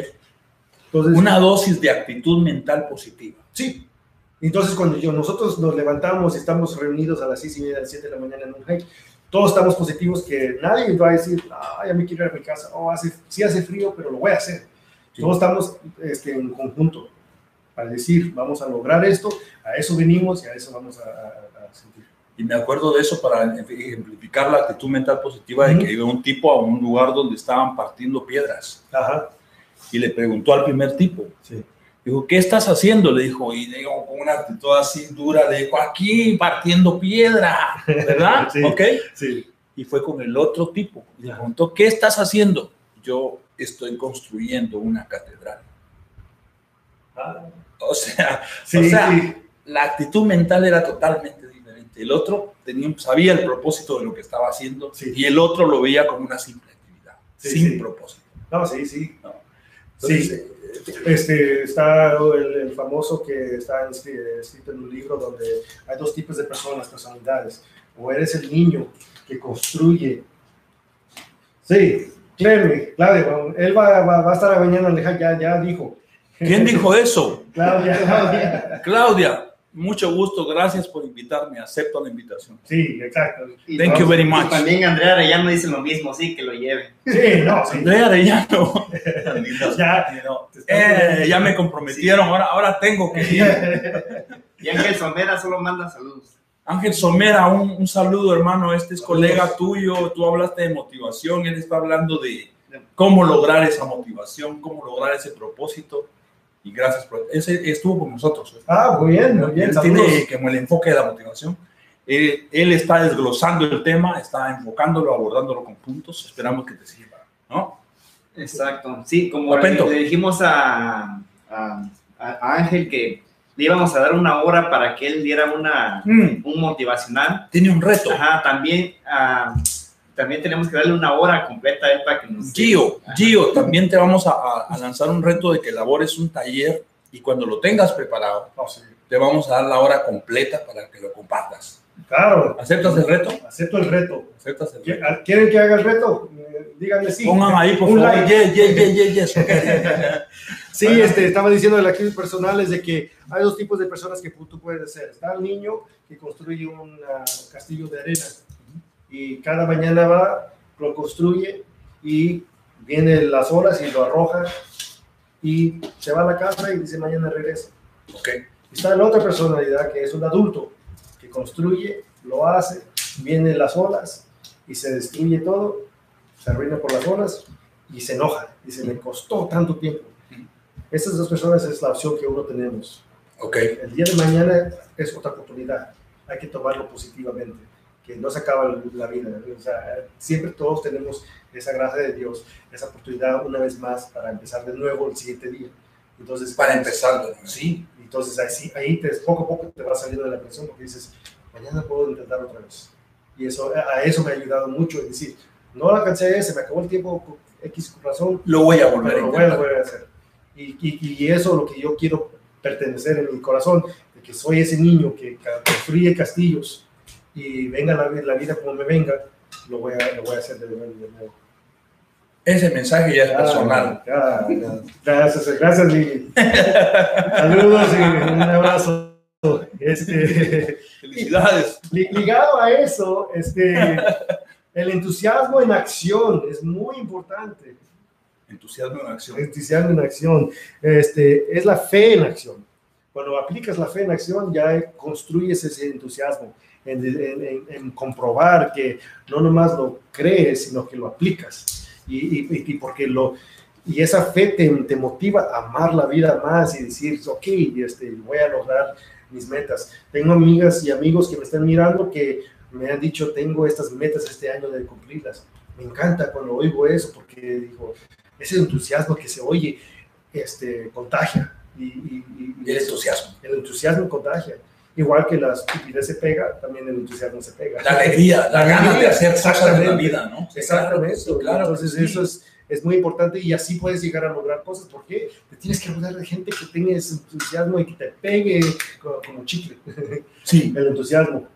Speaker 3: Entonces,
Speaker 2: Una dosis de actitud mental positiva.
Speaker 3: Sí. Entonces, cuando yo, nosotros nos levantamos y estamos reunidos a las 6 y media, a las 7 de la mañana en un hike, todos estamos positivos que nadie va a decir, ah, ya me quiero ir a mi casa, o hace, sí hace frío, pero lo voy a hacer.
Speaker 2: Sí.
Speaker 3: Todos estamos este, en conjunto para decir, vamos a lograr esto, a eso venimos y a eso vamos a, a- a sentir.
Speaker 2: Y me acuerdo de eso para ejemplificar la actitud mental positiva de
Speaker 3: Ujú.
Speaker 2: que iba un tipo a un lugar donde estaban partiendo piedras
Speaker 3: Ajá.
Speaker 2: y le preguntó al primer tipo,
Speaker 3: Sí.
Speaker 4: Dijo, ¿qué estás haciendo? Le dijo,
Speaker 2: dijo, y digo, con una actitud así dura, le dijo, aquí partiendo piedra, ¿verdad?
Speaker 3: Sí.
Speaker 2: ¿Ok?
Speaker 3: Sí.
Speaker 2: Y fue con el otro tipo y le preguntó, ¿qué estás haciendo? Yo estoy construyendo una catedral.
Speaker 3: Ah,
Speaker 2: O sea,
Speaker 3: sí,
Speaker 2: o sea,
Speaker 3: sí.
Speaker 2: la actitud mental era totalmente diferente. El otro tenía, sabía el propósito de lo que estaba haciendo
Speaker 3: Sí.
Speaker 2: y el otro lo veía como una simple actividad,
Speaker 3: Sí,
Speaker 2: sin
Speaker 3: sí.
Speaker 2: propósito.
Speaker 3: No, sí, sí.
Speaker 2: No.
Speaker 3: Sí.
Speaker 2: sí.
Speaker 3: Este, está el, el famoso que está escri- escrito en un libro donde hay dos tipos de personas, personalidades. O eres el niño que construye. Sí, Cleme, Claudio, él va, va- va a estar mañana, Aleja, ya, ya dijo.
Speaker 4: ¿quién dijo eso?
Speaker 3: Claudia, Claudia.
Speaker 4: Claudia, mucho gusto, gracias por invitarme, acepto la invitación.
Speaker 3: Sí, exacto.
Speaker 1: Y
Speaker 4: Thank you very much.
Speaker 1: y también Andrea Arellano dice lo mismo, sí, que lo lleve.
Speaker 3: Sí, no, sí.
Speaker 4: Andrea Arellano.
Speaker 3: Ya,
Speaker 4: No. Eh, ya me comprometieron, ahora, ahora tengo que ir.
Speaker 1: Y Ángel Somera solo manda saludos.
Speaker 4: Ángel Somera, un, un saludo hermano, este es colega tuyo, tú hablaste de motivación, él está hablando de cómo lograr esa motivación, cómo lograr ese propósito. Y gracias por... Ese estuvo con nosotros.
Speaker 3: Ah, muy bien, muy bien.
Speaker 4: Él
Speaker 3: saludos.
Speaker 4: tiene como el enfoque de la motivación. Él, él está desglosando el tema, está enfocándolo, abordándolo con puntos. Esperamos que te sirva, ¿no?
Speaker 1: Exacto. Sí, como le,
Speaker 4: Papento.
Speaker 1: le dijimos a, a- a Ángel que le íbamos a dar una hora para que él diera una,
Speaker 4: Mm,
Speaker 1: un motivacional.
Speaker 4: tiene un reto.
Speaker 1: Ajá, también, ah, también tenemos que darle una hora completa a él para que nos...
Speaker 4: Gio, Gio, también te vamos a, a- a lanzar un reto de que elabores un taller y cuando lo tengas preparado,
Speaker 3: No, sí.
Speaker 4: te vamos a dar la hora completa para que lo compartas.
Speaker 3: Claro,
Speaker 4: ¿Aceptas el reto?
Speaker 3: acepto el reto.
Speaker 4: ¿Aceptas el reto?
Speaker 3: ah, ¿Quieren que haga el reto? Eh, Díganme sí.
Speaker 4: Pongan ahí, por
Speaker 3: Un
Speaker 4: favor.
Speaker 3: like.
Speaker 4: Yeah, yeah, yeah, yeah, yes, ok.
Speaker 3: Sí,
Speaker 4: Ajá.
Speaker 3: este, estaba diciendo de la crisis personal es de que hay dos tipos de personas que tú puedes ser. Está el niño que construye un ah, castillo de arena y cada mañana va, lo construye y vienen las olas y lo arroja y se va a la casa y dice mañana regresa.
Speaker 2: Ok.
Speaker 3: Está la otra personalidad que es un adulto que construye, lo hace, vienen las olas y se destruye todo, se arruina por las olas y se enoja. Dice, me costó tanto tiempo. Estas dos personas es la opción que uno tenemos.
Speaker 2: Ok.
Speaker 3: El día de mañana es otra oportunidad. Hay que tomarlo positivamente, que no se acaba la vida. O sea, siempre todos tenemos esa gracia de Dios, esa oportunidad una vez más para empezar de nuevo el siguiente día. Entonces,
Speaker 2: Para empezar. ¿no?
Speaker 3: Sí, entonces ahí, sí- ahí te, poco a poco te vas saliendo de la presión porque dices, mañana puedo intentar otra vez. Y eso, a eso me ha ayudado mucho, es decir, no la alcancé, se me acabó el tiempo, cu- X razón,
Speaker 2: Lo voy a volver a
Speaker 3: pero lo voy a
Speaker 2: intentar.
Speaker 3: volver a hacer. Y, y, y eso es lo que yo quiero pertenecer en mi corazón, de que soy ese niño que ca- construye castillos y venga la, vi- la vida como me venga, lo voy a, lo voy a hacer de nuevo. De nuevo.
Speaker 2: Ese mensaje ya es personal.
Speaker 3: Ah, ya. gracias, gracias y saludos y un abrazo. Este,
Speaker 4: Felicidades.
Speaker 3: li- ligado a eso, este, el entusiasmo en acción es muy importante.
Speaker 2: Entusiasmo en acción.
Speaker 3: Entusiasmo en acción este, es la fe en acción. Cuando aplicas la fe en acción, ya construyes ese entusiasmo en, en- en- en comprobar que no nomás lo crees, sino que lo aplicas. Y, y- y- y porque lo, y esa fe te, te motiva a amar la vida más y decir, ok, este, voy a lograr mis metas. Tengo amigas y amigos que me están mirando que me han dicho, tengo estas metas este año de cumplirlas. Me encanta cuando oigo eso porque digo, ese entusiasmo que se oye este, contagia. Y, y- y- y
Speaker 2: El
Speaker 3: eso-
Speaker 2: entusiasmo.
Speaker 3: el entusiasmo contagia. Igual que la estupidez se pega, también el entusiasmo se pega.
Speaker 2: La alegría, la ganas de
Speaker 3: alegría,
Speaker 2: hacer cosas en la
Speaker 3: exactamente.
Speaker 2: vida, ¿no? Sí,
Speaker 3: Exactamente.
Speaker 2: claro, sí, claro.
Speaker 3: Entonces
Speaker 2: sí.
Speaker 3: eso es, es muy importante y así puedes llegar a lograr cosas porque te tienes que rodear de gente que tenga ese entusiasmo y que te pegue co- como chicle.
Speaker 2: Sí.
Speaker 3: El entusiasmo.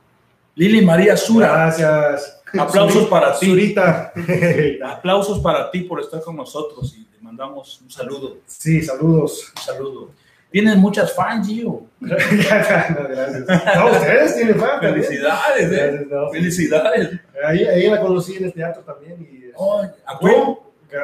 Speaker 2: Lili María Sura,
Speaker 3: Gracias.
Speaker 4: Aplausos para ti.
Speaker 3: Zurita.
Speaker 4: Aplausos para ti por estar con nosotros y te mandamos un saludo.
Speaker 3: Sí, saludos.
Speaker 4: Un saludo. Tienes muchas fans, Gio.
Speaker 3: No, gracias. No, ustedes tienen fan también.
Speaker 2: Felicidades, eh.
Speaker 3: Gracias, no.
Speaker 2: Felicidades.
Speaker 3: Ahí, ahí la conocí en el teatro también y eh,
Speaker 2: Oh, ¿a poco?
Speaker 3: Actuó,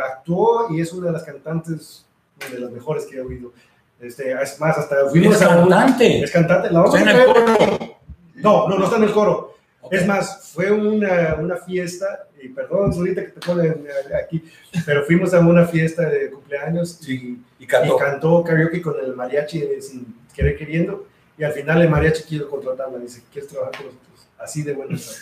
Speaker 3: actuó y es una de las cantantes de las mejores que he oído. Este, es más, hasta fuimos
Speaker 4: Es
Speaker 3: a un-
Speaker 4: cantante.
Speaker 3: Es cantante. La vamos
Speaker 4: Está en
Speaker 3: a
Speaker 4: el
Speaker 3: traer.
Speaker 4: coro.
Speaker 3: No, no, no está en el coro.
Speaker 2: Ok.
Speaker 3: Es más, fue una, una fiesta, y perdón, ahorita que te ponen aquí, pero fuimos a una fiesta de cumpleaños
Speaker 2: Sí, y
Speaker 3: y
Speaker 2: cantó.
Speaker 3: cantó karaoke con el mariachi eh, sin querer queriendo, y al final el mariachi quiso contratarla, dice, ¿quieres trabajar con nosotros? Así de bueno está.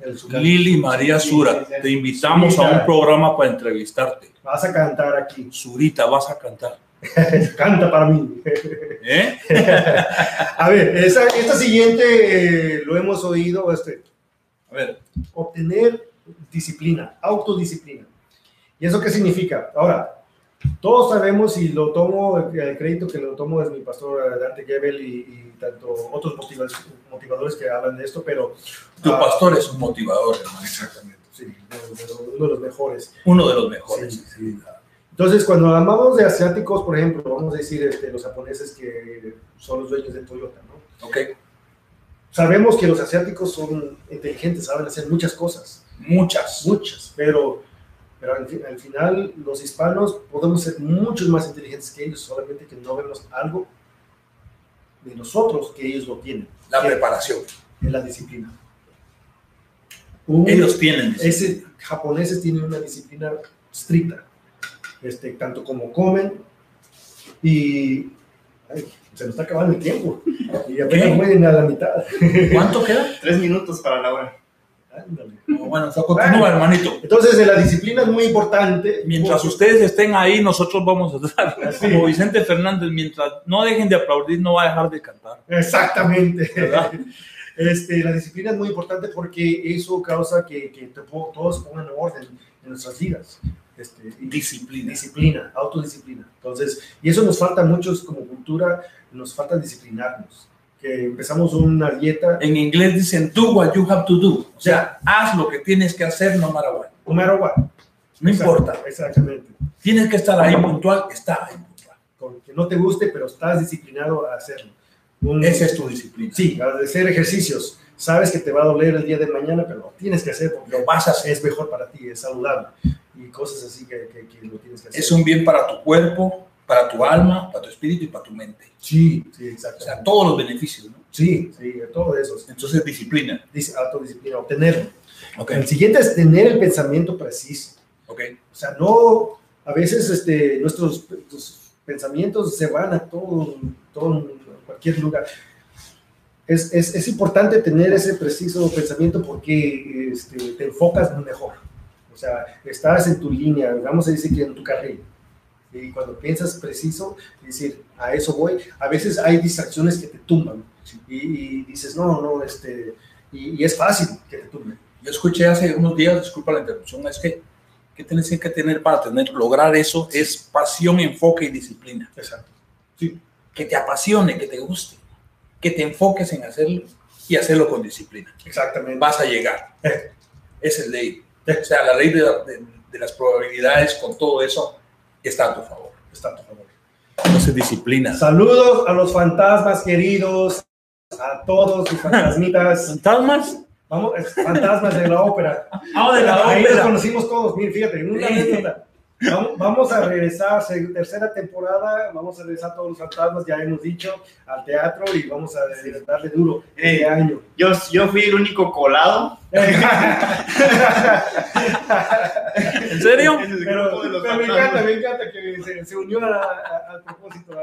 Speaker 3: El- su-
Speaker 4: Lili María Sura, te invitamos a un programa para entrevistarte.
Speaker 3: Vas a cantar aquí.
Speaker 4: Surita, vas a cantar.
Speaker 3: Canta para mí.
Speaker 4: ¿Eh?
Speaker 3: A ver, esa- esta siguiente eh, lo hemos oído, este,
Speaker 2: A ver,
Speaker 3: obtener disciplina, autodisciplina. ¿Y eso qué significa? Ahora, todos sabemos y lo tomo, el crédito que lo tomo es mi pastor eh, Dante Gebel y, y tanto otros motiva- motivadores que hablan de esto, pero...
Speaker 2: tu
Speaker 3: ah,
Speaker 2: pastor es un motivador, hermano. Exactamente.
Speaker 3: sí, uno de- uno de los mejores.
Speaker 2: Uno de los mejores.
Speaker 3: Sí, Entonces, cuando hablamos de asiáticos, por ejemplo, vamos a decir este, los japoneses que son los dueños de Toyota, ¿no?
Speaker 2: Ok.
Speaker 3: Sabemos que los asiáticos son inteligentes, saben hacer muchas cosas,
Speaker 2: Muchas.
Speaker 3: muchas, pero, pero al, fi- al final los hispanos podemos ser muchos más inteligentes que ellos, solamente que no vemos algo de nosotros que ellos lo tienen,
Speaker 2: La
Speaker 3: Sí.
Speaker 2: preparación.
Speaker 3: en la disciplina. Un-
Speaker 2: Ellos tienen.
Speaker 3: ese, japoneses tienen una disciplina estricta, este, tanto como comen y ay, se nos está acabando el tiempo y apenas
Speaker 2: ¿Qué?
Speaker 3: mueren a la mitad.
Speaker 2: ¿Cuánto queda?
Speaker 1: Tres minutos para la hora.
Speaker 3: Ándale.
Speaker 2: No, bueno, o sea, continúa, hermanito.
Speaker 3: Entonces, eh, la disciplina es muy importante.
Speaker 4: Mientras
Speaker 3: Porque-
Speaker 4: ustedes estén ahí, nosotros vamos a estar.
Speaker 3: Sí.
Speaker 4: Como Vicente Fernández, mientras no dejen de aplaudir, no va a dejar de cantar.
Speaker 3: Exactamente.
Speaker 4: ¿Verdad?
Speaker 3: Este, la disciplina es muy importante porque eso causa que, que te po- todos pongan orden en nuestras vidas. Este, y-
Speaker 2: Disciplina.
Speaker 3: disciplina, autodisciplina. Entonces, y eso nos falta a muchos como cultura, nos falta disciplinarnos. Que empezamos una dieta,
Speaker 2: En inglés dicen do what you have to do. O sea, haz lo que tienes que hacer, no matter what.
Speaker 3: no matter what.
Speaker 2: No
Speaker 3: Exacto,
Speaker 2: importa.
Speaker 3: Exactamente.
Speaker 2: Tienes que estar ahí puntual, está ahí puntual.
Speaker 3: Con que no te guste, pero estás disciplinado a hacerlo. Un-
Speaker 2: Esa es tu disciplina.
Speaker 3: Sí, a hacer ejercicios. Sabes que te va a doler el día de mañana, pero lo tienes que hacer porque
Speaker 2: Lo vas a hacer.
Speaker 3: es mejor para ti, es saludable. Y cosas así que, que- que lo tienes que hacer.
Speaker 2: Es un bien para tu cuerpo, para tu alma, para tu espíritu y para tu mente.
Speaker 3: Sí, sí,
Speaker 2: O
Speaker 3: exacto.
Speaker 2: sea, todos los beneficios, ¿no?
Speaker 3: Sí, sí, todo eso. sí.
Speaker 2: Entonces, disciplina.
Speaker 3: Dice autodisciplina, obtenerlo.
Speaker 2: Ok.
Speaker 3: El siguiente es tener el pensamiento preciso.
Speaker 2: Ok.
Speaker 3: O sea, no, a veces este, nuestros los pensamientos se van a todo, todo cualquier lugar. Es, es, es importante tener ese preciso pensamiento porque este, te enfocas mejor. O sea, estás en tu línea, vamos a decir que en tu carril. Y cuando piensas preciso, es decir, a eso voy, a veces hay distracciones que te tumban. Y, y dices, no, no, este, y, y es fácil que te tumben.
Speaker 2: Yo escuché hace unos días, disculpa la interrupción, es que, ¿qué tienes que tener para tener, lograr eso? Es pasión, enfoque y disciplina.
Speaker 3: Exacto.
Speaker 2: Que te apasione, que te guste, que te enfoques en hacerlo y hacerlo con disciplina.
Speaker 3: Exactamente.
Speaker 2: Vas a llegar.
Speaker 4: Eh.
Speaker 2: Esa es ley. O sea, la ley de, de- de las probabilidades con todo eso está a tu favor.
Speaker 3: Está a tu favor.
Speaker 2: Entonces, disciplina.
Speaker 3: Saludos a los fantasmas queridos, a todos sus fantasmitas.
Speaker 4: ¿Fantasmas?
Speaker 3: Vamos, es- fantasmas de la ópera.
Speaker 4: Ah,
Speaker 3: Ahí
Speaker 4: ópera.
Speaker 3: los conocimos todos. Miren, fíjate, en una
Speaker 4: Sí.
Speaker 3: anécdota. Vamos, vamos a regresar, se- tercera temporada, vamos a regresar todos los fantasmas, ya hemos dicho, al teatro y vamos a darle duro este
Speaker 1: Eh.
Speaker 3: año.
Speaker 1: Yo, yo fui el único colado.
Speaker 4: ¿En serio?
Speaker 1: en el
Speaker 3: Pero,
Speaker 1: grupo de los
Speaker 3: pero me
Speaker 1: fantasmas.
Speaker 3: encanta, me encanta que se, se unió a- a- al propósito. a-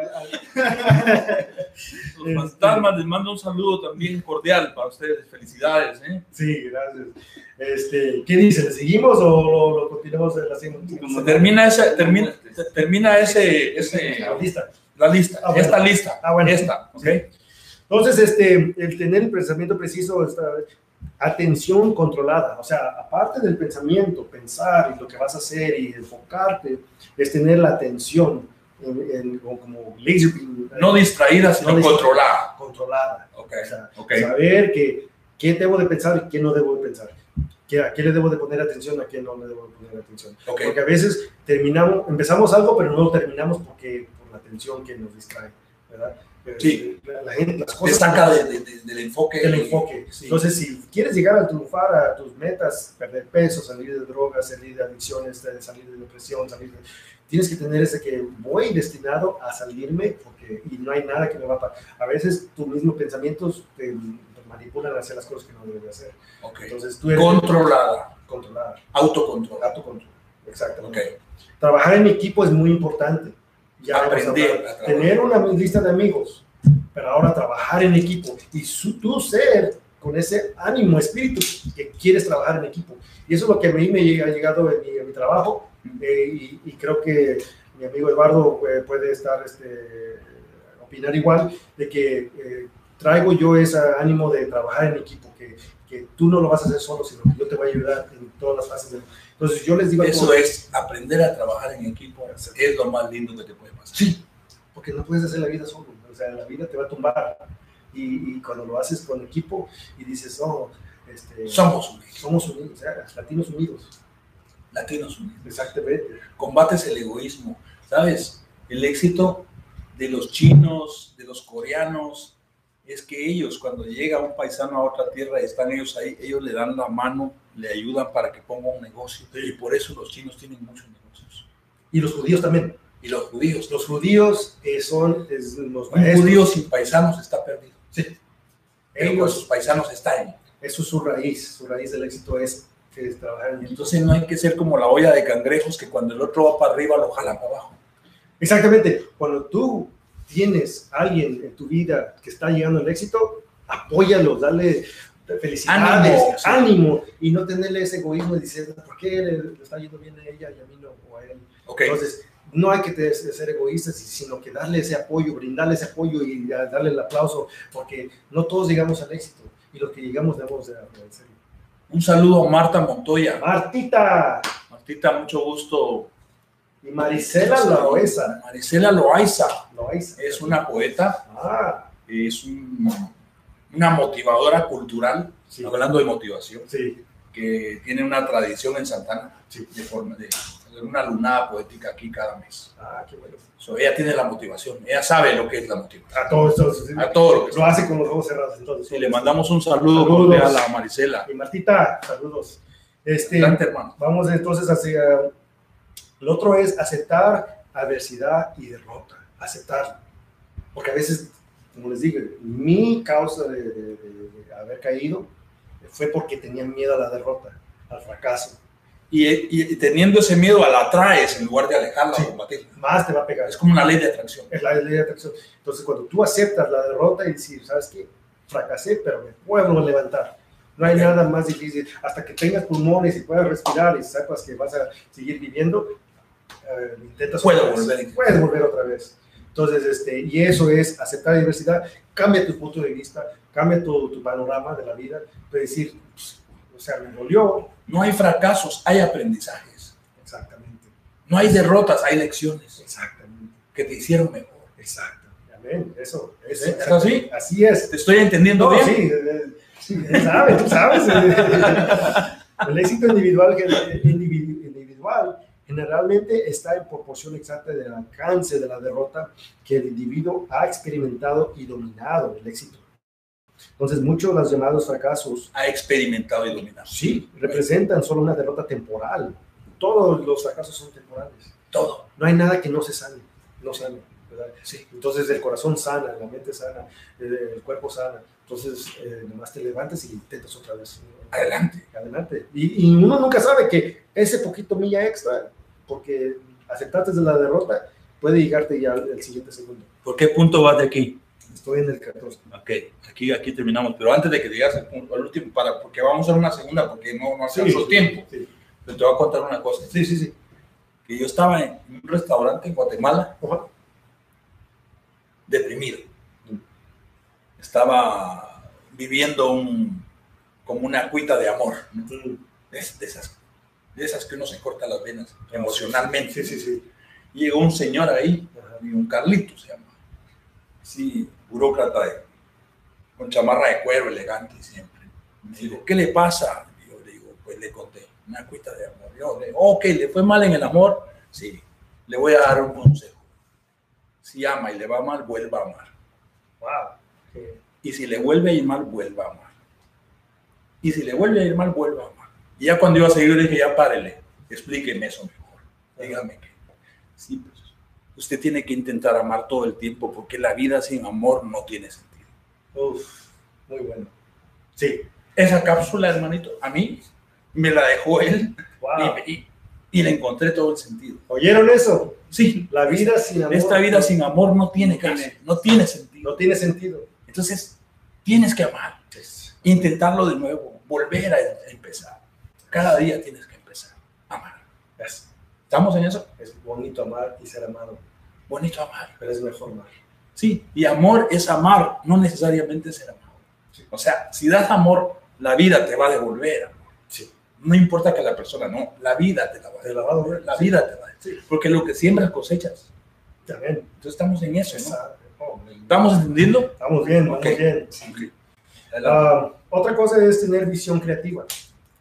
Speaker 3: a-
Speaker 4: Los fantasmas, les mando un saludo también cordial para ustedes. Felicidades, ¿eh?
Speaker 3: sí, gracias. Este, ¿Qué dicen? ¿Le seguimos o lo, lo continuamos en la siguiente?
Speaker 1: Como
Speaker 4: Termina, esa, termina, te- termina ese, ese,
Speaker 3: Lista.
Speaker 4: la lista,
Speaker 3: Ah, bueno.
Speaker 4: esta lista,
Speaker 3: Ah, bueno.
Speaker 4: esta, ¿ok?
Speaker 3: Entonces, este, el tener el pensamiento preciso, esta atención controlada, o sea, aparte del pensamiento, pensar y lo que vas a hacer y enfocarte, es tener la atención en, en- como, como laser beam,
Speaker 4: No distraída, sino
Speaker 3: No distraída.
Speaker 4: controlada.
Speaker 3: controlada.
Speaker 2: Ok.
Speaker 3: O sea,
Speaker 2: Ok.
Speaker 3: saber que, qué debo de pensar y qué no debo de pensar, que, a qué le debo de poner atención, a qué no le debo de poner atención.
Speaker 2: Ok.
Speaker 3: Porque a veces terminamos, empezamos algo, pero no lo terminamos porque por la atención que nos distrae, ¿verdad? este,
Speaker 2: Sí.
Speaker 3: La, la gente, las
Speaker 2: Te
Speaker 3: cosas
Speaker 2: saca de- de- de- del enfoque.
Speaker 3: el enfoque.
Speaker 2: Sí.
Speaker 3: Entonces, si quieres llegar a triunfar a tus metas, perder peso, salir de drogas, salir de adicciones, de- salir de depresión, salir de- tienes que tener ese que voy destinado a salirme porque y no hay nada que me va a parar. A veces tus mismos pensamientos te manipulan a hacer las cosas que no debes de hacer.
Speaker 2: Ok.
Speaker 3: Entonces, tú eres
Speaker 2: Controlada.
Speaker 3: controlar,
Speaker 2: Autocontrol.
Speaker 3: autocontrol. Exactamente.
Speaker 2: Ok.
Speaker 3: Trabajar en equipo es muy importante. Ya vamos a
Speaker 2: Aprender
Speaker 3: hablar.
Speaker 2: a trabajar.
Speaker 3: Tener una lista de amigos, pero ahora trabajar en equipo y su- tú ser con ese ánimo, espíritu que quieres trabajar en equipo. Y eso es lo que a mí me llega- ha llegado en mi, en mi trabajo eh, y, y creo que mi amigo Eduardo eh, puede estar, este, opinar igual, de que eh, traigo yo ese ánimo de trabajar en equipo, que, que tú no lo vas a hacer solo, sino que yo te voy a ayudar en todas las fases. del- Entonces yo les digo a
Speaker 2: Eso
Speaker 3: todos,
Speaker 2: es aprender a trabajar en equipo. Es lo más lindo que te puede pasar.
Speaker 3: Sí, porque no puedes hacer la vida solo, o sea, la vida te va a tumbar. Y, y cuando lo haces con equipo y dices, no, este,
Speaker 2: Somos unidos,
Speaker 3: somos unidos, o sea, latinos unidos,
Speaker 2: latinos unidos.
Speaker 3: exactamente.
Speaker 2: Combates el egoísmo. ¿Sabes? El éxito de los chinos, de los coreanos, es que ellos, cuando llega un paisano a otra tierra y están ellos ahí, ellos le dan la mano, le ayudan para que ponga un negocio. Y por eso los chinos tienen muchos negocios.
Speaker 3: Y los judíos también.
Speaker 2: Y los judíos, los
Speaker 3: Los judíos eh, son es, los
Speaker 2: Un
Speaker 3: maestros,
Speaker 2: judío sin paisanos está perdido. Pero con sus
Speaker 3: ellos,
Speaker 2: paisanos está en.
Speaker 3: eso es su raíz, su raíz del éxito es, es trabajar en equipo.
Speaker 2: Entonces no hay que ser como la olla de cangrejos que cuando el otro va para arriba lo jala para abajo.
Speaker 3: Exactamente, cuando tú tienes a alguien en tu vida que está llegando al éxito, apóyalo, dale felicidades,
Speaker 2: Ánimo,
Speaker 3: ánimo,
Speaker 2: sí.
Speaker 3: y no tenerle ese egoísmo y decir, "Ah, ¿por qué le, le está yendo bien a ella y a mí no? O a él.
Speaker 2: Ok,
Speaker 3: Entonces, no hay que te- ser egoístas, sino que darle ese apoyo, brindarle ese apoyo y da- darle el aplauso, porque no todos llegamos al éxito y los que llegamos debemos de agradecerlo.
Speaker 2: un saludo a Marta Montoya.
Speaker 3: Martita
Speaker 2: Martita, mucho gusto.
Speaker 3: y Marisela Loaiza.
Speaker 2: Maricela Loaiza
Speaker 3: Loaiza.
Speaker 2: es una poeta,
Speaker 3: Ah,
Speaker 2: es un- una motivadora cultural,
Speaker 3: sí,
Speaker 2: hablando de motivación,
Speaker 3: sí,
Speaker 2: que tiene una tradición en Santana
Speaker 3: sí.
Speaker 2: de forma de hacer una lunada poética aquí cada mes.
Speaker 3: Ah, qué bueno.
Speaker 2: So, ella tiene la motivación, ella sabe lo que es la motivación.
Speaker 3: A todos estos. sí.
Speaker 2: A todo lo que
Speaker 3: Lo hace con los ojos cerrados. Entonces,
Speaker 4: Y le mandamos un saludo cordial a Marisela.
Speaker 3: Y Martita, saludos. Este,
Speaker 2: Adelante, hermano.
Speaker 3: vamos entonces hacia. El otro es aceptar adversidad y derrota, aceptarlo. Porque a veces, como les digo, mi causa de, de- de- de haber caído fue porque tenía miedo a la derrota, al fracaso.
Speaker 2: Y, y- y teniendo ese miedo, la atraes en lugar de alejarla o combatirla.
Speaker 3: Más te va a pegar.
Speaker 2: Es como una ley de atracción.
Speaker 3: Es la ley de atracción. Entonces, cuando tú aceptas la derrota y decir, ¿sabes qué? Fracasé, pero me puedo levantar. No hay nada más difícil. Hasta que tengas pulmones y puedas respirar y sepas que vas a seguir viviendo, eh, intentas.
Speaker 2: Puedo
Speaker 3: otra vez.
Speaker 2: volver.
Speaker 3: Puedes volver otra vez. Entonces, este, y eso es aceptar la diversidad, cambia tu punto de vista, cambia tu, tu panorama de la vida, pero decir, "Pues, o sea, me dolió.
Speaker 2: No hay fracasos, hay aprendizajes.
Speaker 3: Exactamente,
Speaker 2: No hay derrotas, hay lecciones
Speaker 3: exactamente,
Speaker 2: que te hicieron mejor.
Speaker 3: exacto. Amén, eso, eso.
Speaker 2: ¿Es así?
Speaker 3: Así es.
Speaker 2: ¿Te estoy entendiendo
Speaker 3: No,
Speaker 2: bien?
Speaker 3: sí, eh, sí, él sabe, tú sabes. eh. El éxito individual, gen- individu- individual generalmente está en proporción exacta del alcance de la derrota que el individuo ha experimentado y dominado el éxito. Entonces, muchos de los llamados fracasos,
Speaker 2: Ha experimentado y dominado.
Speaker 3: sí, representan solo una derrota temporal. Todos los fracasos son temporales.
Speaker 2: Todo.
Speaker 3: No hay nada que no se sane, no sane. ¿verdad? Entonces el corazón sana, la mente sana, eh, el cuerpo sana. Entonces eh, nomás te levantas y intentas otra vez.
Speaker 2: Adelante.
Speaker 3: Adelante. Y, y uno nunca sabe que ese poquito milla extra, porque aceptaste de la derrota, puede llegarte ya al, al siguiente segundo.
Speaker 2: ¿Por qué punto vas de aquí?
Speaker 3: Estoy en el 14.
Speaker 2: Ok, aquí, aquí terminamos. Pero antes de que digas el punto, al último, para, porque vamos a una segunda, porque no, no hace mucho tiempo.
Speaker 3: Sí,
Speaker 2: Pero te voy a contar una cosa.
Speaker 3: sí, sí. sí.
Speaker 2: Que yo estaba en un restaurante en Guatemala,
Speaker 3: Ajá.
Speaker 2: deprimido. Estaba viviendo un, como una cuita de amor. ¿no? De, de esas, de esas que uno se corta las venas emocionalmente.
Speaker 3: Ah, Sí, sí, sí.
Speaker 2: Y Llegó un señor ahí,
Speaker 3: Ajá.
Speaker 2: y un Carlito se llama. Sí, burócrata de, con chamarra de cuero elegante siempre. Me dijo, ¿qué le pasa? Y yo le digo, pues le conté, una cuita de amor. Yo le ok, ¿le fue mal en el amor? Sí, le voy a dar un consejo. Si ama y le va mal, vuelva a amar.
Speaker 3: Wow. Eh,
Speaker 2: Y si le vuelve a ir mal, vuelva a amar. Y si le vuelve a ir mal, vuelva a amar. Y ya cuando iba a seguir, le dije, ya párele, explíqueme eso mejor. Dígame que. Sí, pues. Usted tiene que intentar amar todo el tiempo porque la vida sin amor no tiene sentido.
Speaker 3: uf, muy bueno. Sí.
Speaker 2: Esa cápsula, hermanito, a mí me la dejó él
Speaker 3: Wow.
Speaker 2: y, y- y le encontré todo el sentido.
Speaker 3: ¿Oyeron eso?
Speaker 2: Sí,
Speaker 3: La vida sin amor.
Speaker 2: esta vida sin amor no tiene caso, no tiene sentido.
Speaker 3: No tiene sentido.
Speaker 2: Entonces, tienes que amar. pues, intentarlo de nuevo, volver a empezar. Cada día tienes que empezar. Amar.
Speaker 3: Es,
Speaker 2: ¿Estamos en eso?
Speaker 3: es bonito amar y ser amado,
Speaker 2: Bonito amar.
Speaker 3: pero es mejor amar.
Speaker 2: Sí, y amor es amar, no necesariamente ser amado.
Speaker 3: Sí.
Speaker 2: O sea, si das amor, la vida te va a devolver. amor.
Speaker 3: Sí.
Speaker 2: No importa que la persona no, la vida te la va a
Speaker 3: Te
Speaker 2: devolver.
Speaker 3: la va a doler.
Speaker 2: La vida te va a devolver.
Speaker 3: Sí,
Speaker 2: Porque lo que siembras cosechas.
Speaker 3: también.
Speaker 2: Entonces estamos en eso, ¿no?
Speaker 3: Esa- oh,
Speaker 2: ¿Estamos entendiendo?
Speaker 3: Estamos bien, vamos
Speaker 2: Ok.
Speaker 3: bien.
Speaker 2: Ok. Adelante.
Speaker 3: Ah, otra cosa es tener visión creativa,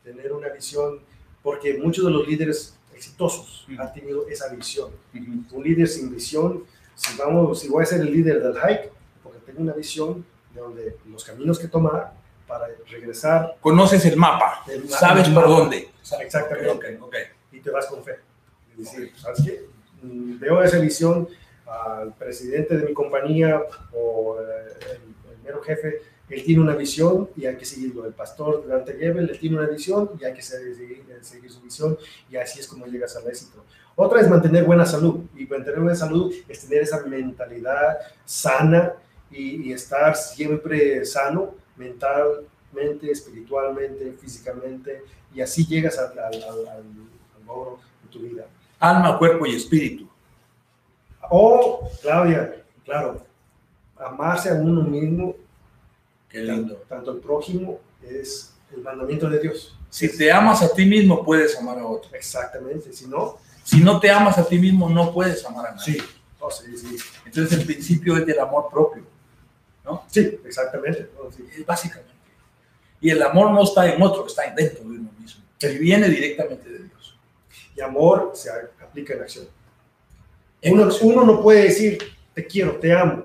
Speaker 3: tener una visión, porque muchos de los líderes exitosos
Speaker 2: Mm.
Speaker 3: han tenido esa visión.
Speaker 2: Ujú.
Speaker 3: Un líder sin visión, si, vamos, si voy a ser el líder del hike, porque tengo una visión de donde los caminos que tomar para regresar
Speaker 2: Conoces el mapa,
Speaker 3: El mapa,
Speaker 2: sabes
Speaker 3: el
Speaker 2: por
Speaker 3: mapa.
Speaker 2: dónde.
Speaker 3: Exactamente.
Speaker 2: Ok, ok, ok.
Speaker 3: y te vas con fe. Es decir, pues, ¿sabes qué? Mm, Veo esa visión al presidente de mi compañía o eh, el, el mero jefe, él tiene una visión y hay que seguirlo. El pastor durante Gebel, él tiene una visión y hay que seguir, seguir- seguir su visión y así es como llegas al éxito. Otra es mantener buena salud y mantener buena salud es tener esa mentalidad sana y, y estar siempre sano mentalmente, espiritualmente, físicamente y así llegas al, al, al- al- al logro de tu vida.
Speaker 2: Alma, cuerpo y espíritu.
Speaker 3: O, Claudia, claro, amarse a uno mismo,
Speaker 2: Qué
Speaker 3: tanto,
Speaker 2: lindo.
Speaker 3: tanto el prójimo, es el mandamiento de Dios.
Speaker 2: Si te amas a ti mismo, puedes amar a otro.
Speaker 3: Exactamente, si no,
Speaker 2: Si no te amas a ti mismo, no puedes amar a nadie.
Speaker 3: sí, no, sí, sí,
Speaker 2: Entonces el principio es del amor propio,
Speaker 3: sí, exactamente. no, sí.
Speaker 2: es básicamente. Y el amor no está en otro, está en dentro de uno mismo. Que viene directamente de Dios.
Speaker 3: Y amor se a- aplica en acción.
Speaker 2: En
Speaker 3: uno,
Speaker 2: acción.
Speaker 3: uno no puede decir, te quiero, te amo,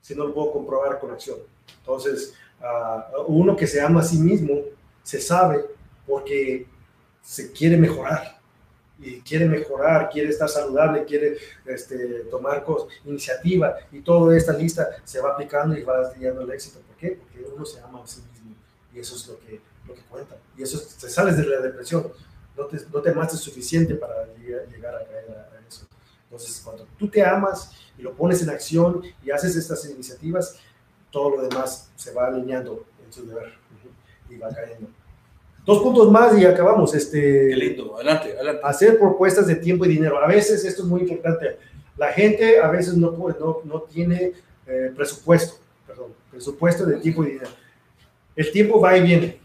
Speaker 3: si no lo puedo comprobar con acción. Entonces, ah, uno que se ama a sí mismo, se sabe porque se quiere mejorar. y quiere mejorar, quiere estar saludable, quiere este, tomar cosas, iniciativa y toda esta lista se va aplicando y va llegando al éxito. ¿Por qué? Porque uno se ama a sí mismo y eso es lo que, lo que cuenta. Y eso es- te sales de la depresión, no te, no te amaste suficiente para llegar, llegar a caer a, a eso. Entonces, cuando tú te amas y lo pones en acción y haces estas iniciativas, todo lo demás se va alineando en su deber ujú, y va cayendo. Dos puntos más y acabamos. Este,
Speaker 2: Qué lindo. Adelante, adelante.
Speaker 3: hacer propuestas de tiempo y dinero. A veces esto es muy importante. La gente a veces no, puede- no, no tiene eh, presupuesto, perdón, presupuesto de tiempo y dinero. El tiempo va y viene.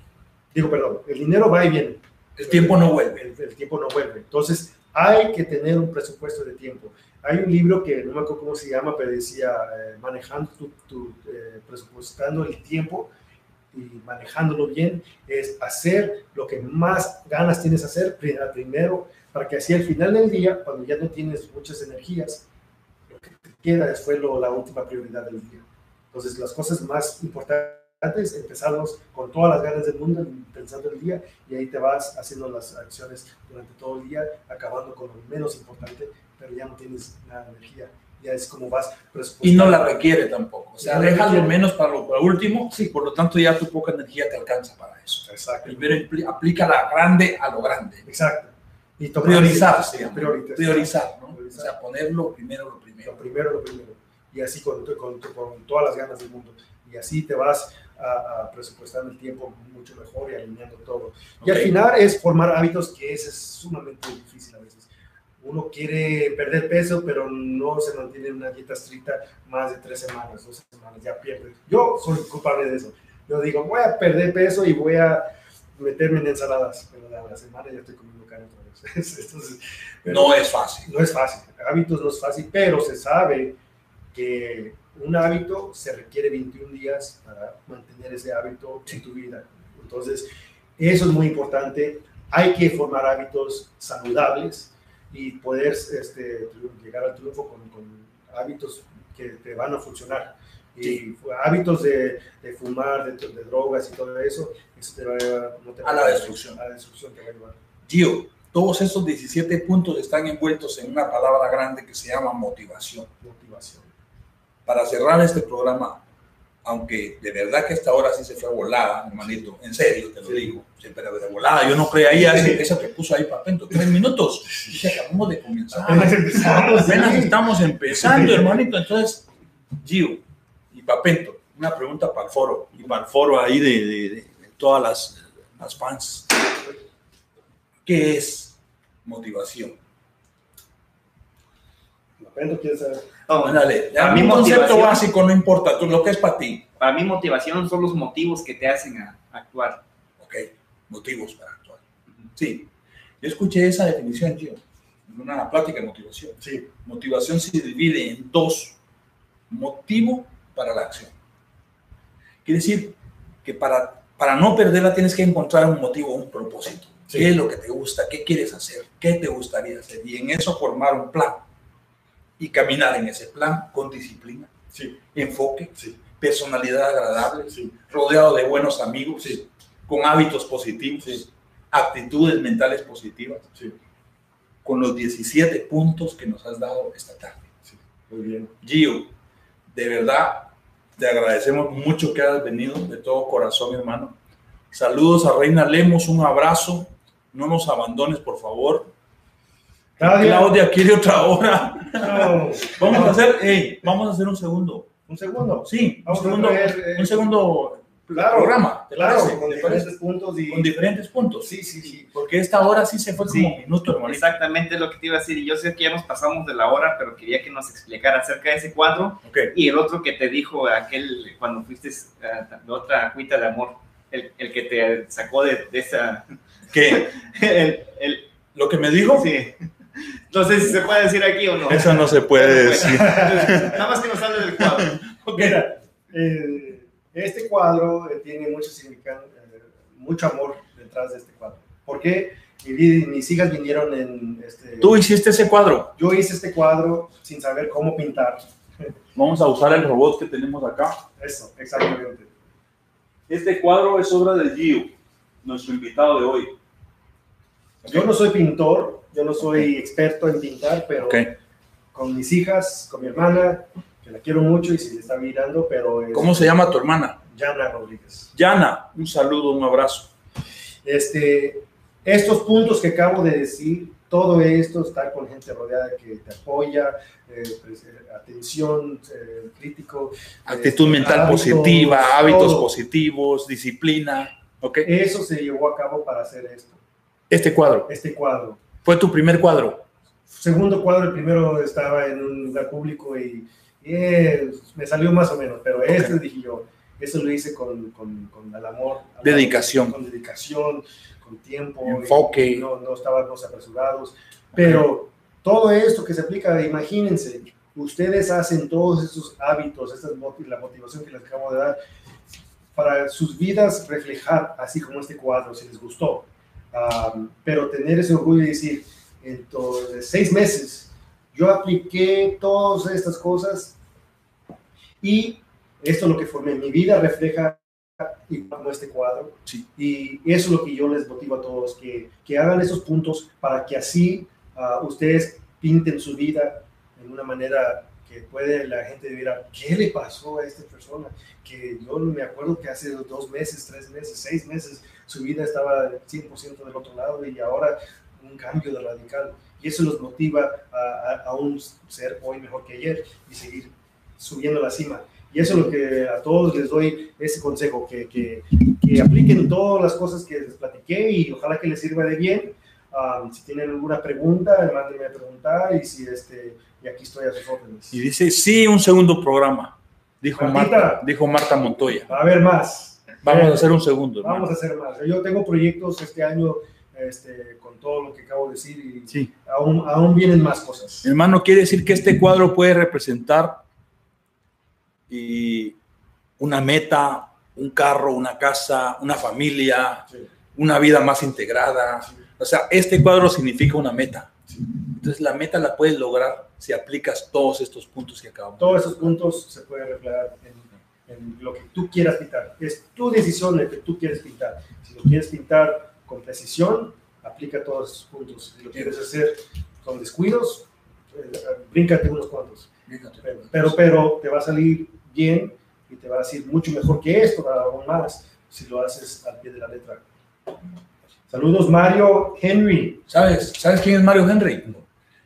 Speaker 3: Digo, perdón, el dinero va y viene.
Speaker 2: El tiempo no vuelve.
Speaker 3: El, el tiempo no vuelve. Entonces, hay que tener un presupuesto de tiempo. Hay un libro que no me acuerdo cómo se llama, pero decía eh, manejando tu, tu, eh, presupuestando el tiempo y manejándolo bien es hacer lo que más ganas tienes hacer pri- primero para que así al final del día, cuando ya no tienes muchas energías, lo que te queda es fue lo- la última prioridad del día. Entonces, las cosas más importantes, empezarlos con todas las ganas del mundo, pensando el día, y ahí te vas haciendo las acciones durante todo el día, acabando con lo menos importante, pero ya no tienes nada de energía. Ya es como vas
Speaker 2: Y
Speaker 3: presupuestando.
Speaker 2: no la requiere tampoco. O sea,
Speaker 3: No la
Speaker 2: deja lo
Speaker 3: requiere.
Speaker 2: menos para lo para último. Sí, por lo tanto ya tu poca energía te alcanza para eso.
Speaker 3: Exacto.
Speaker 2: Primero impli- aplica la grande a lo grande.
Speaker 3: Exacto. Y tomar-
Speaker 2: Priorizar, se llama.
Speaker 3: Priorizar.
Speaker 2: Priorizar, ¿no? O
Speaker 3: Priorizar.
Speaker 2: sea, ponerlo primero lo
Speaker 3: lo
Speaker 2: primero.
Speaker 3: primero, lo primero. Y así con, con- con todas las ganas del mundo. Y así te vas a, a presupuestar el tiempo mucho mejor y alineando todo. Y al
Speaker 2: Ok.
Speaker 3: final es formar hábitos, que ese es sumamente difícil a veces. Uno quiere perder peso, pero no se mantiene en una dieta estricta más de tres semanas, dos semanas, ya pierde. Yo soy culpable de eso. Yo digo, voy a perder peso y voy a meterme en ensaladas, pero a la semana ya estoy comiendo carne otra vez. Entonces, pero-
Speaker 2: No es fácil.
Speaker 3: no es fácil, hábitos no es fácil, pero se sabe que un hábito se requiere 21 días para mantener ese hábito en tu vida. Entonces, eso es muy importante. Hay que formar hábitos saludables y poder este, triun- llegar al triunfo con, con hábitos que te van a funcionar. Y
Speaker 2: Sí.
Speaker 3: fu- hábitos de, de fumar, de, de drogas y todo eso, eso te va a llevar- no te va
Speaker 2: A la
Speaker 3: llevar-
Speaker 2: destrucción.
Speaker 3: A la destrucción te va a llevar.
Speaker 2: Gio, todos esos 17 puntos están envueltos en una palabra grande que se llama motivación.
Speaker 3: Motivación.
Speaker 2: Para cerrar este programa, aunque de verdad que esta hora sí se fue volada, hermanito, en serio te lo
Speaker 3: Sí.
Speaker 2: digo, se fue de volada, yo no creía ese- esa que puso ahí papento, tres minutos, y se acabamos de comenzar.
Speaker 3: Apenas empezamos,
Speaker 2: Apenas
Speaker 3: sí.
Speaker 2: estamos empezando,
Speaker 3: Sí.
Speaker 2: hermanito. Entonces, Gio y Papento, una pregunta para el foro. Y para el foro ahí de, de- de- de todas las, las fans. ¿Qué es motivación?
Speaker 3: Depende, quién sabe.
Speaker 1: No,
Speaker 2: Ándale,
Speaker 1: Para
Speaker 2: a
Speaker 1: mí
Speaker 2: un concepto
Speaker 1: motivación-
Speaker 2: básico no importa, tú lo que es para ti.
Speaker 1: Para mí motivación son los motivos que te hacen a actuar.
Speaker 2: Ok, motivos para actuar. Sí, yo escuché esa definición, Gio, en una plática de motivación.
Speaker 3: Sí,
Speaker 2: Motivación se divide en dos. Motivo para la acción. Quiere decir que para, para no perderla tienes que encontrar un motivo, un propósito.
Speaker 3: Sí.
Speaker 2: ¿Qué es lo que te gusta? ¿Qué quieres hacer? ¿Qué te gustaría hacer? Y en eso formar un plan. Y caminar en ese plan con disciplina,
Speaker 3: sí,
Speaker 2: enfoque,
Speaker 3: sí,
Speaker 2: personalidad agradable,
Speaker 3: sí.
Speaker 2: rodeado de buenos amigos,
Speaker 3: Sí.
Speaker 2: con hábitos positivos, actitudes mentales positivas,
Speaker 3: Sí.
Speaker 2: con los 17 puntos que nos has dado esta tarde.
Speaker 3: Muy bien.
Speaker 2: Gio, de verdad, te agradecemos mucho que hayas venido de todo corazón, hermano. Saludos a Reina Lemos, un abrazo. No nos abandones, por favor.
Speaker 3: Claudia.
Speaker 2: Claudia quiere otra hora.
Speaker 3: No.
Speaker 2: Vamos a hacer, hey, vamos a hacer un segundo.
Speaker 3: Un segundo.
Speaker 2: Sí, un
Speaker 3: Vamos a
Speaker 2: segundo,
Speaker 3: ver, eh,
Speaker 2: un segundo
Speaker 3: Claro,
Speaker 2: programa. ¿te
Speaker 3: Claro,
Speaker 2: parece?
Speaker 3: con
Speaker 2: ¿Te parece?
Speaker 3: diferentes puntos y...
Speaker 2: Con diferentes puntos.
Speaker 3: Sí, sí, sí.
Speaker 2: Porque esta hora sí se fue
Speaker 1: Sí.
Speaker 2: como minuto, hermanito.
Speaker 1: Exactamente lo que te iba a decir. Y Yo sé que ya nos pasamos de la hora, pero quería que nos explicara acerca de ese cuadro
Speaker 2: Ok.
Speaker 1: y el otro que te dijo aquel cuando fuiste ah, de otra cuita de amor, el, el que te sacó de, de esa...
Speaker 2: ¿Qué?
Speaker 1: el- el-
Speaker 2: ¿Lo que me dijo?
Speaker 1: Sí. No sé si se puede decir aquí o no.
Speaker 2: Eso no se puede decir.
Speaker 1: Nada más que nos sale del cuadro.
Speaker 3: Mira, eh, este cuadro eh, tiene mucho significado, eh, mucho amor detrás de este cuadro. Porque mi vida y mis hijas vinieron en... Este,
Speaker 2: Tú hiciste ese cuadro.
Speaker 3: yo hice este cuadro sin saber cómo pintar.
Speaker 4: Vamos a usar el robot que tenemos acá.
Speaker 3: Eso, exactamente.
Speaker 4: Este cuadro es obra de Gio, nuestro invitado de hoy.
Speaker 3: Yo no soy pintor, Yo no soy experto en pintar, pero
Speaker 2: Ok.
Speaker 3: con mis hijas, con mi hermana, que la quiero mucho y si le está mirando, pero es
Speaker 2: ¿Cómo se llama tu hermana?
Speaker 3: Yana Rodríguez.
Speaker 2: Yana, un saludo, un abrazo.
Speaker 3: Este, estos puntos que acabo de decir, todo esto, estar con gente rodeada que te apoya, eh, pues, eh, atención, eh, crítico.
Speaker 2: Actitud
Speaker 3: eh,
Speaker 2: mental
Speaker 3: hábitos,
Speaker 2: positiva, hábitos
Speaker 3: todo.
Speaker 2: positivos, disciplina. ¿Ok?
Speaker 3: Eso se llevó a cabo para hacer esto,
Speaker 2: Este cuadro.
Speaker 3: este cuadro.
Speaker 2: Fue tu primer cuadro.
Speaker 3: Segundo cuadro, el primero estaba en un lugar público y eh, me salió más o menos, pero este dije yo, eso lo hice con, con, con el amor.
Speaker 2: Dedicación.
Speaker 3: Con dedicación, con tiempo. y
Speaker 2: Enfoque.
Speaker 3: No, no estábamos apresurados. Pero todo esto que se aplica, imagínense, ustedes hacen todos esos hábitos, esas moti- la motivación que les acabo de dar, para sus vidas reflejar, así como este cuadro, si les gustó. Am, pero tener ese orgullo y decir, entonces, seis meses, yo apliqué todas estas cosas y esto es lo que formé. Mi vida refleja igual como este cuadro.
Speaker 2: Sí.
Speaker 3: Y eso es lo que yo les motivo a todos, que, que hagan esos puntos para que así ah, ustedes pinten su vida de una manera que puede la gente dirá, ¿qué le pasó a esta persona? Que yo me acuerdo que hace dos meses, tres meses, seis meses, su vida estaba 100% del otro lado y ahora un cambio de radical. Y eso los motiva a, a- a un ser hoy mejor que ayer y seguir subiendo a la cima. Y eso es lo que a todos les doy ese consejo, que, que, que apliquen todas las cosas que les platiqué y ojalá que les sirva de bien. Ah, si tienen alguna pregunta, mándenme a preguntar y si este, y aquí estoy a sus órdenes.
Speaker 2: Y dice, sí, un segundo programa. Dijo
Speaker 3: Martita.
Speaker 2: Marta, dijo Marta Montoya.
Speaker 3: Va a haber más.
Speaker 2: Vamos a
Speaker 3: Eh,
Speaker 2: hacer un segundo. hermano.
Speaker 3: Vamos a hacer más. Yo tengo proyectos este año este, con todo lo que acabo de decir y
Speaker 2: Sí.
Speaker 3: aún, aún vienen más cosas.
Speaker 2: Hermano, quiere decir que este cuadro puede representar y una meta, un carro, una casa, una familia,
Speaker 3: Sí.
Speaker 2: una vida más integrada. O sea, este cuadro significa una meta. Entonces la meta la puedes lograr si aplicas todos estos puntos que acabamos.
Speaker 3: Todos esos puntos se pueden reflejar en, en lo que tú quieras pintar. Es tu decisión de que tú quieres pintar. Si lo quieres pintar con precisión, aplica todos esos puntos. Si lo quieres hacer con descuidos, eh, bríncate unos cuantos. Pero, pero, pero te va a salir bien y te va a decir mucho mejor que esto, aún más, si lo haces al pie de la letra. Saludos, Mario Henry.
Speaker 2: ¿Sabes? ¿Sabes quién es Mario Henry?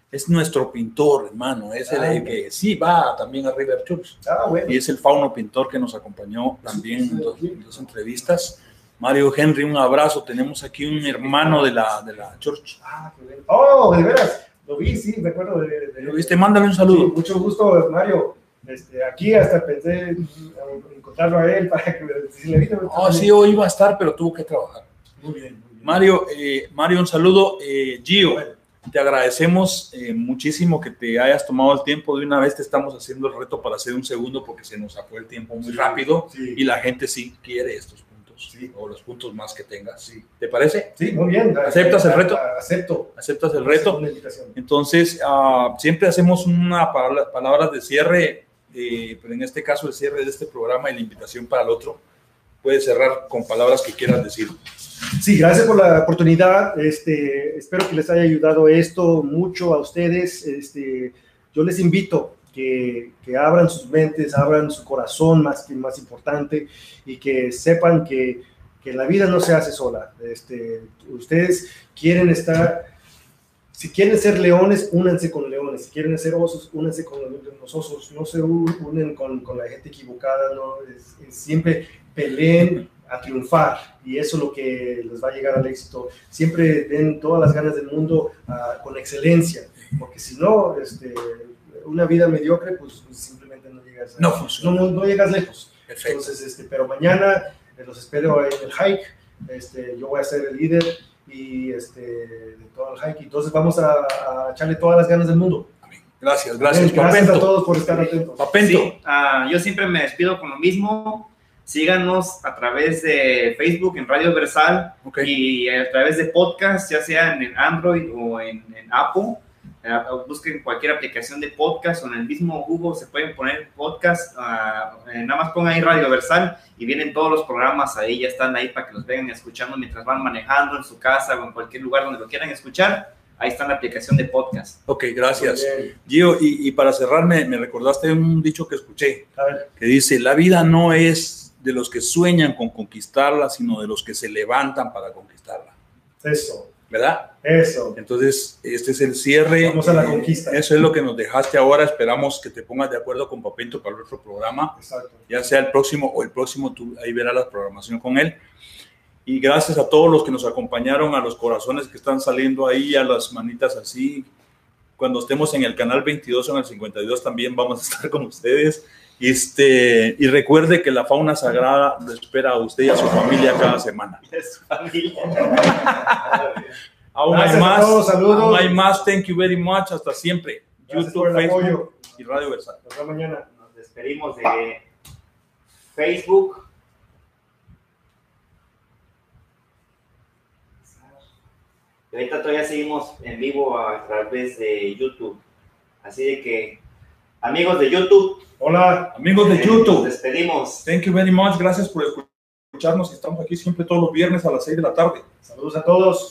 Speaker 2: Es nuestro pintor, hermano. Es el,
Speaker 3: Ah.
Speaker 2: que sí va también a River Chubs.
Speaker 3: Ah, bueno.
Speaker 2: y es el fauno pintor que nos acompañó también en dos, en dos entrevistas. Mario Henry, un abrazo. Tenemos aquí un hermano de la, de la church.
Speaker 3: Ah, qué bueno. Oh, de veras. Lo vi, sí, me acuerdo de, de- de-
Speaker 2: ¿Lo viste? Mándale un saludo.
Speaker 3: Sí, mucho gusto, Mario. Este, aquí hasta pensé en encontrarlo a él para que me decirle, "Vito,
Speaker 2: Oh, sí, hoy iba a estar, pero tuvo que trabajar.
Speaker 3: Muy bien, muy bien.
Speaker 2: Mario, eh, Mario, un saludo. Eh, Gio, te agradecemos eh, muchísimo que te hayas tomado el tiempo. De una vez te estamos haciendo el reto para hacer un segundo porque se nos sacó el tiempo muy rápido
Speaker 3: Sí.
Speaker 2: y la gente sí quiere estos puntos
Speaker 3: Sí.
Speaker 2: o los puntos más que tengas. ¿Te parece?
Speaker 3: Sí, muy bien.
Speaker 2: ¿Aceptas el reto?
Speaker 3: Acepto.
Speaker 2: ¿Aceptas el reto?
Speaker 3: Una invitación.
Speaker 2: Entonces, ah, siempre hacemos una palabra, palabras de cierre, eh, pero en este caso el cierre de este programa y la invitación para el otro. Puedes cerrar con palabras que quieras decir.
Speaker 3: Sí, gracias por la oportunidad. Este, espero que les haya ayudado esto mucho a ustedes. Este, yo les invito que, que abran sus mentes, abran su corazón, más que más importante, y que sepan que, que la vida no se hace sola. Este, ustedes quieren estar, si quieren ser leones, únanse con leones. Si quieren ser osos, únanse con los osos. No se u- unen con, con la gente equivocada. No, Es- es siempre peleen a triunfar y eso es lo que les va a llegar al éxito. Siempre den todas las ganas del mundo ah, con excelencia, porque si no, este, una vida mediocre, pues simplemente no llegas, a-
Speaker 2: No funciona.
Speaker 3: no- no llegas lejos.
Speaker 2: Perfecto.
Speaker 3: Entonces, este, pero mañana eh, los espero en el hike. Este, yo voy a ser el líder y este, de todo el hike. Entonces vamos a, a echarle todas las ganas del mundo.
Speaker 2: Gracias, gracias,
Speaker 3: Gracias a
Speaker 2: Papento.
Speaker 3: todos por estar atentos.
Speaker 2: Papento,
Speaker 1: Sí, ah, yo siempre me despido con lo mismo. Síganos a través de Facebook en Radio Versal
Speaker 2: ok.
Speaker 1: y a través de podcast, ya sea en el Android o en, en Apple. Eh, Busquen cualquier aplicación de podcast o en el mismo Google se pueden poner podcast. ah, eh, nada más pongan ahí Radio Versal y vienen todos los programas ahí, ya están ahí para que los vengan escuchando mientras van manejando en su casa o en cualquier lugar donde lo quieran escuchar. ahí está la aplicación de podcast.
Speaker 2: Ok, gracias. Gio, y, y para cerrar, me, me recordaste un dicho que escuché,
Speaker 3: A ver,
Speaker 2: que dice, la vida no es de los que sueñan con conquistarla, sino de los que se levantan para conquistarla,
Speaker 3: eso,
Speaker 2: ¿verdad?
Speaker 3: eso.
Speaker 2: Entonces, este es el cierre.
Speaker 3: Vamos a la conquista.
Speaker 2: Eso es lo que nos dejaste ahora. Esperamos que te pongas de acuerdo con Papento para nuestro programa,
Speaker 3: Exacto.
Speaker 2: ya sea el próximo o el próximo, tú ahí verás la programación con él. Y gracias a todos los que nos acompañaron, a los corazones que están saliendo ahí, a las manitas así. Cuando estemos en el canal 22 o en el 52 también vamos a estar con ustedes. Este, y recuerde que la fauna sagrada le espera a usted y a su familia cada semana. Aún hay
Speaker 3: Gracias a
Speaker 2: más.
Speaker 3: todos, saludos.
Speaker 2: Aún hay más. Thank you very much. Hasta siempre.
Speaker 3: Gracias
Speaker 2: YouTube,
Speaker 3: por el
Speaker 2: Facebook
Speaker 3: apoyo.
Speaker 2: y Radio Versailles.
Speaker 3: Hasta mañana.
Speaker 1: Nos despedimos de Facebook. Y ahorita todavía seguimos en vivo a través de YouTube. Así de que, amigos de YouTube,
Speaker 3: Hola.
Speaker 2: Amigos de
Speaker 1: eh, nos
Speaker 2: YouTube,
Speaker 1: despedimos.
Speaker 2: thank you very much. Gracias por escucharnos. Estamos aquí siempre todos los viernes a las 6 de la tarde.
Speaker 3: Saludos a todos.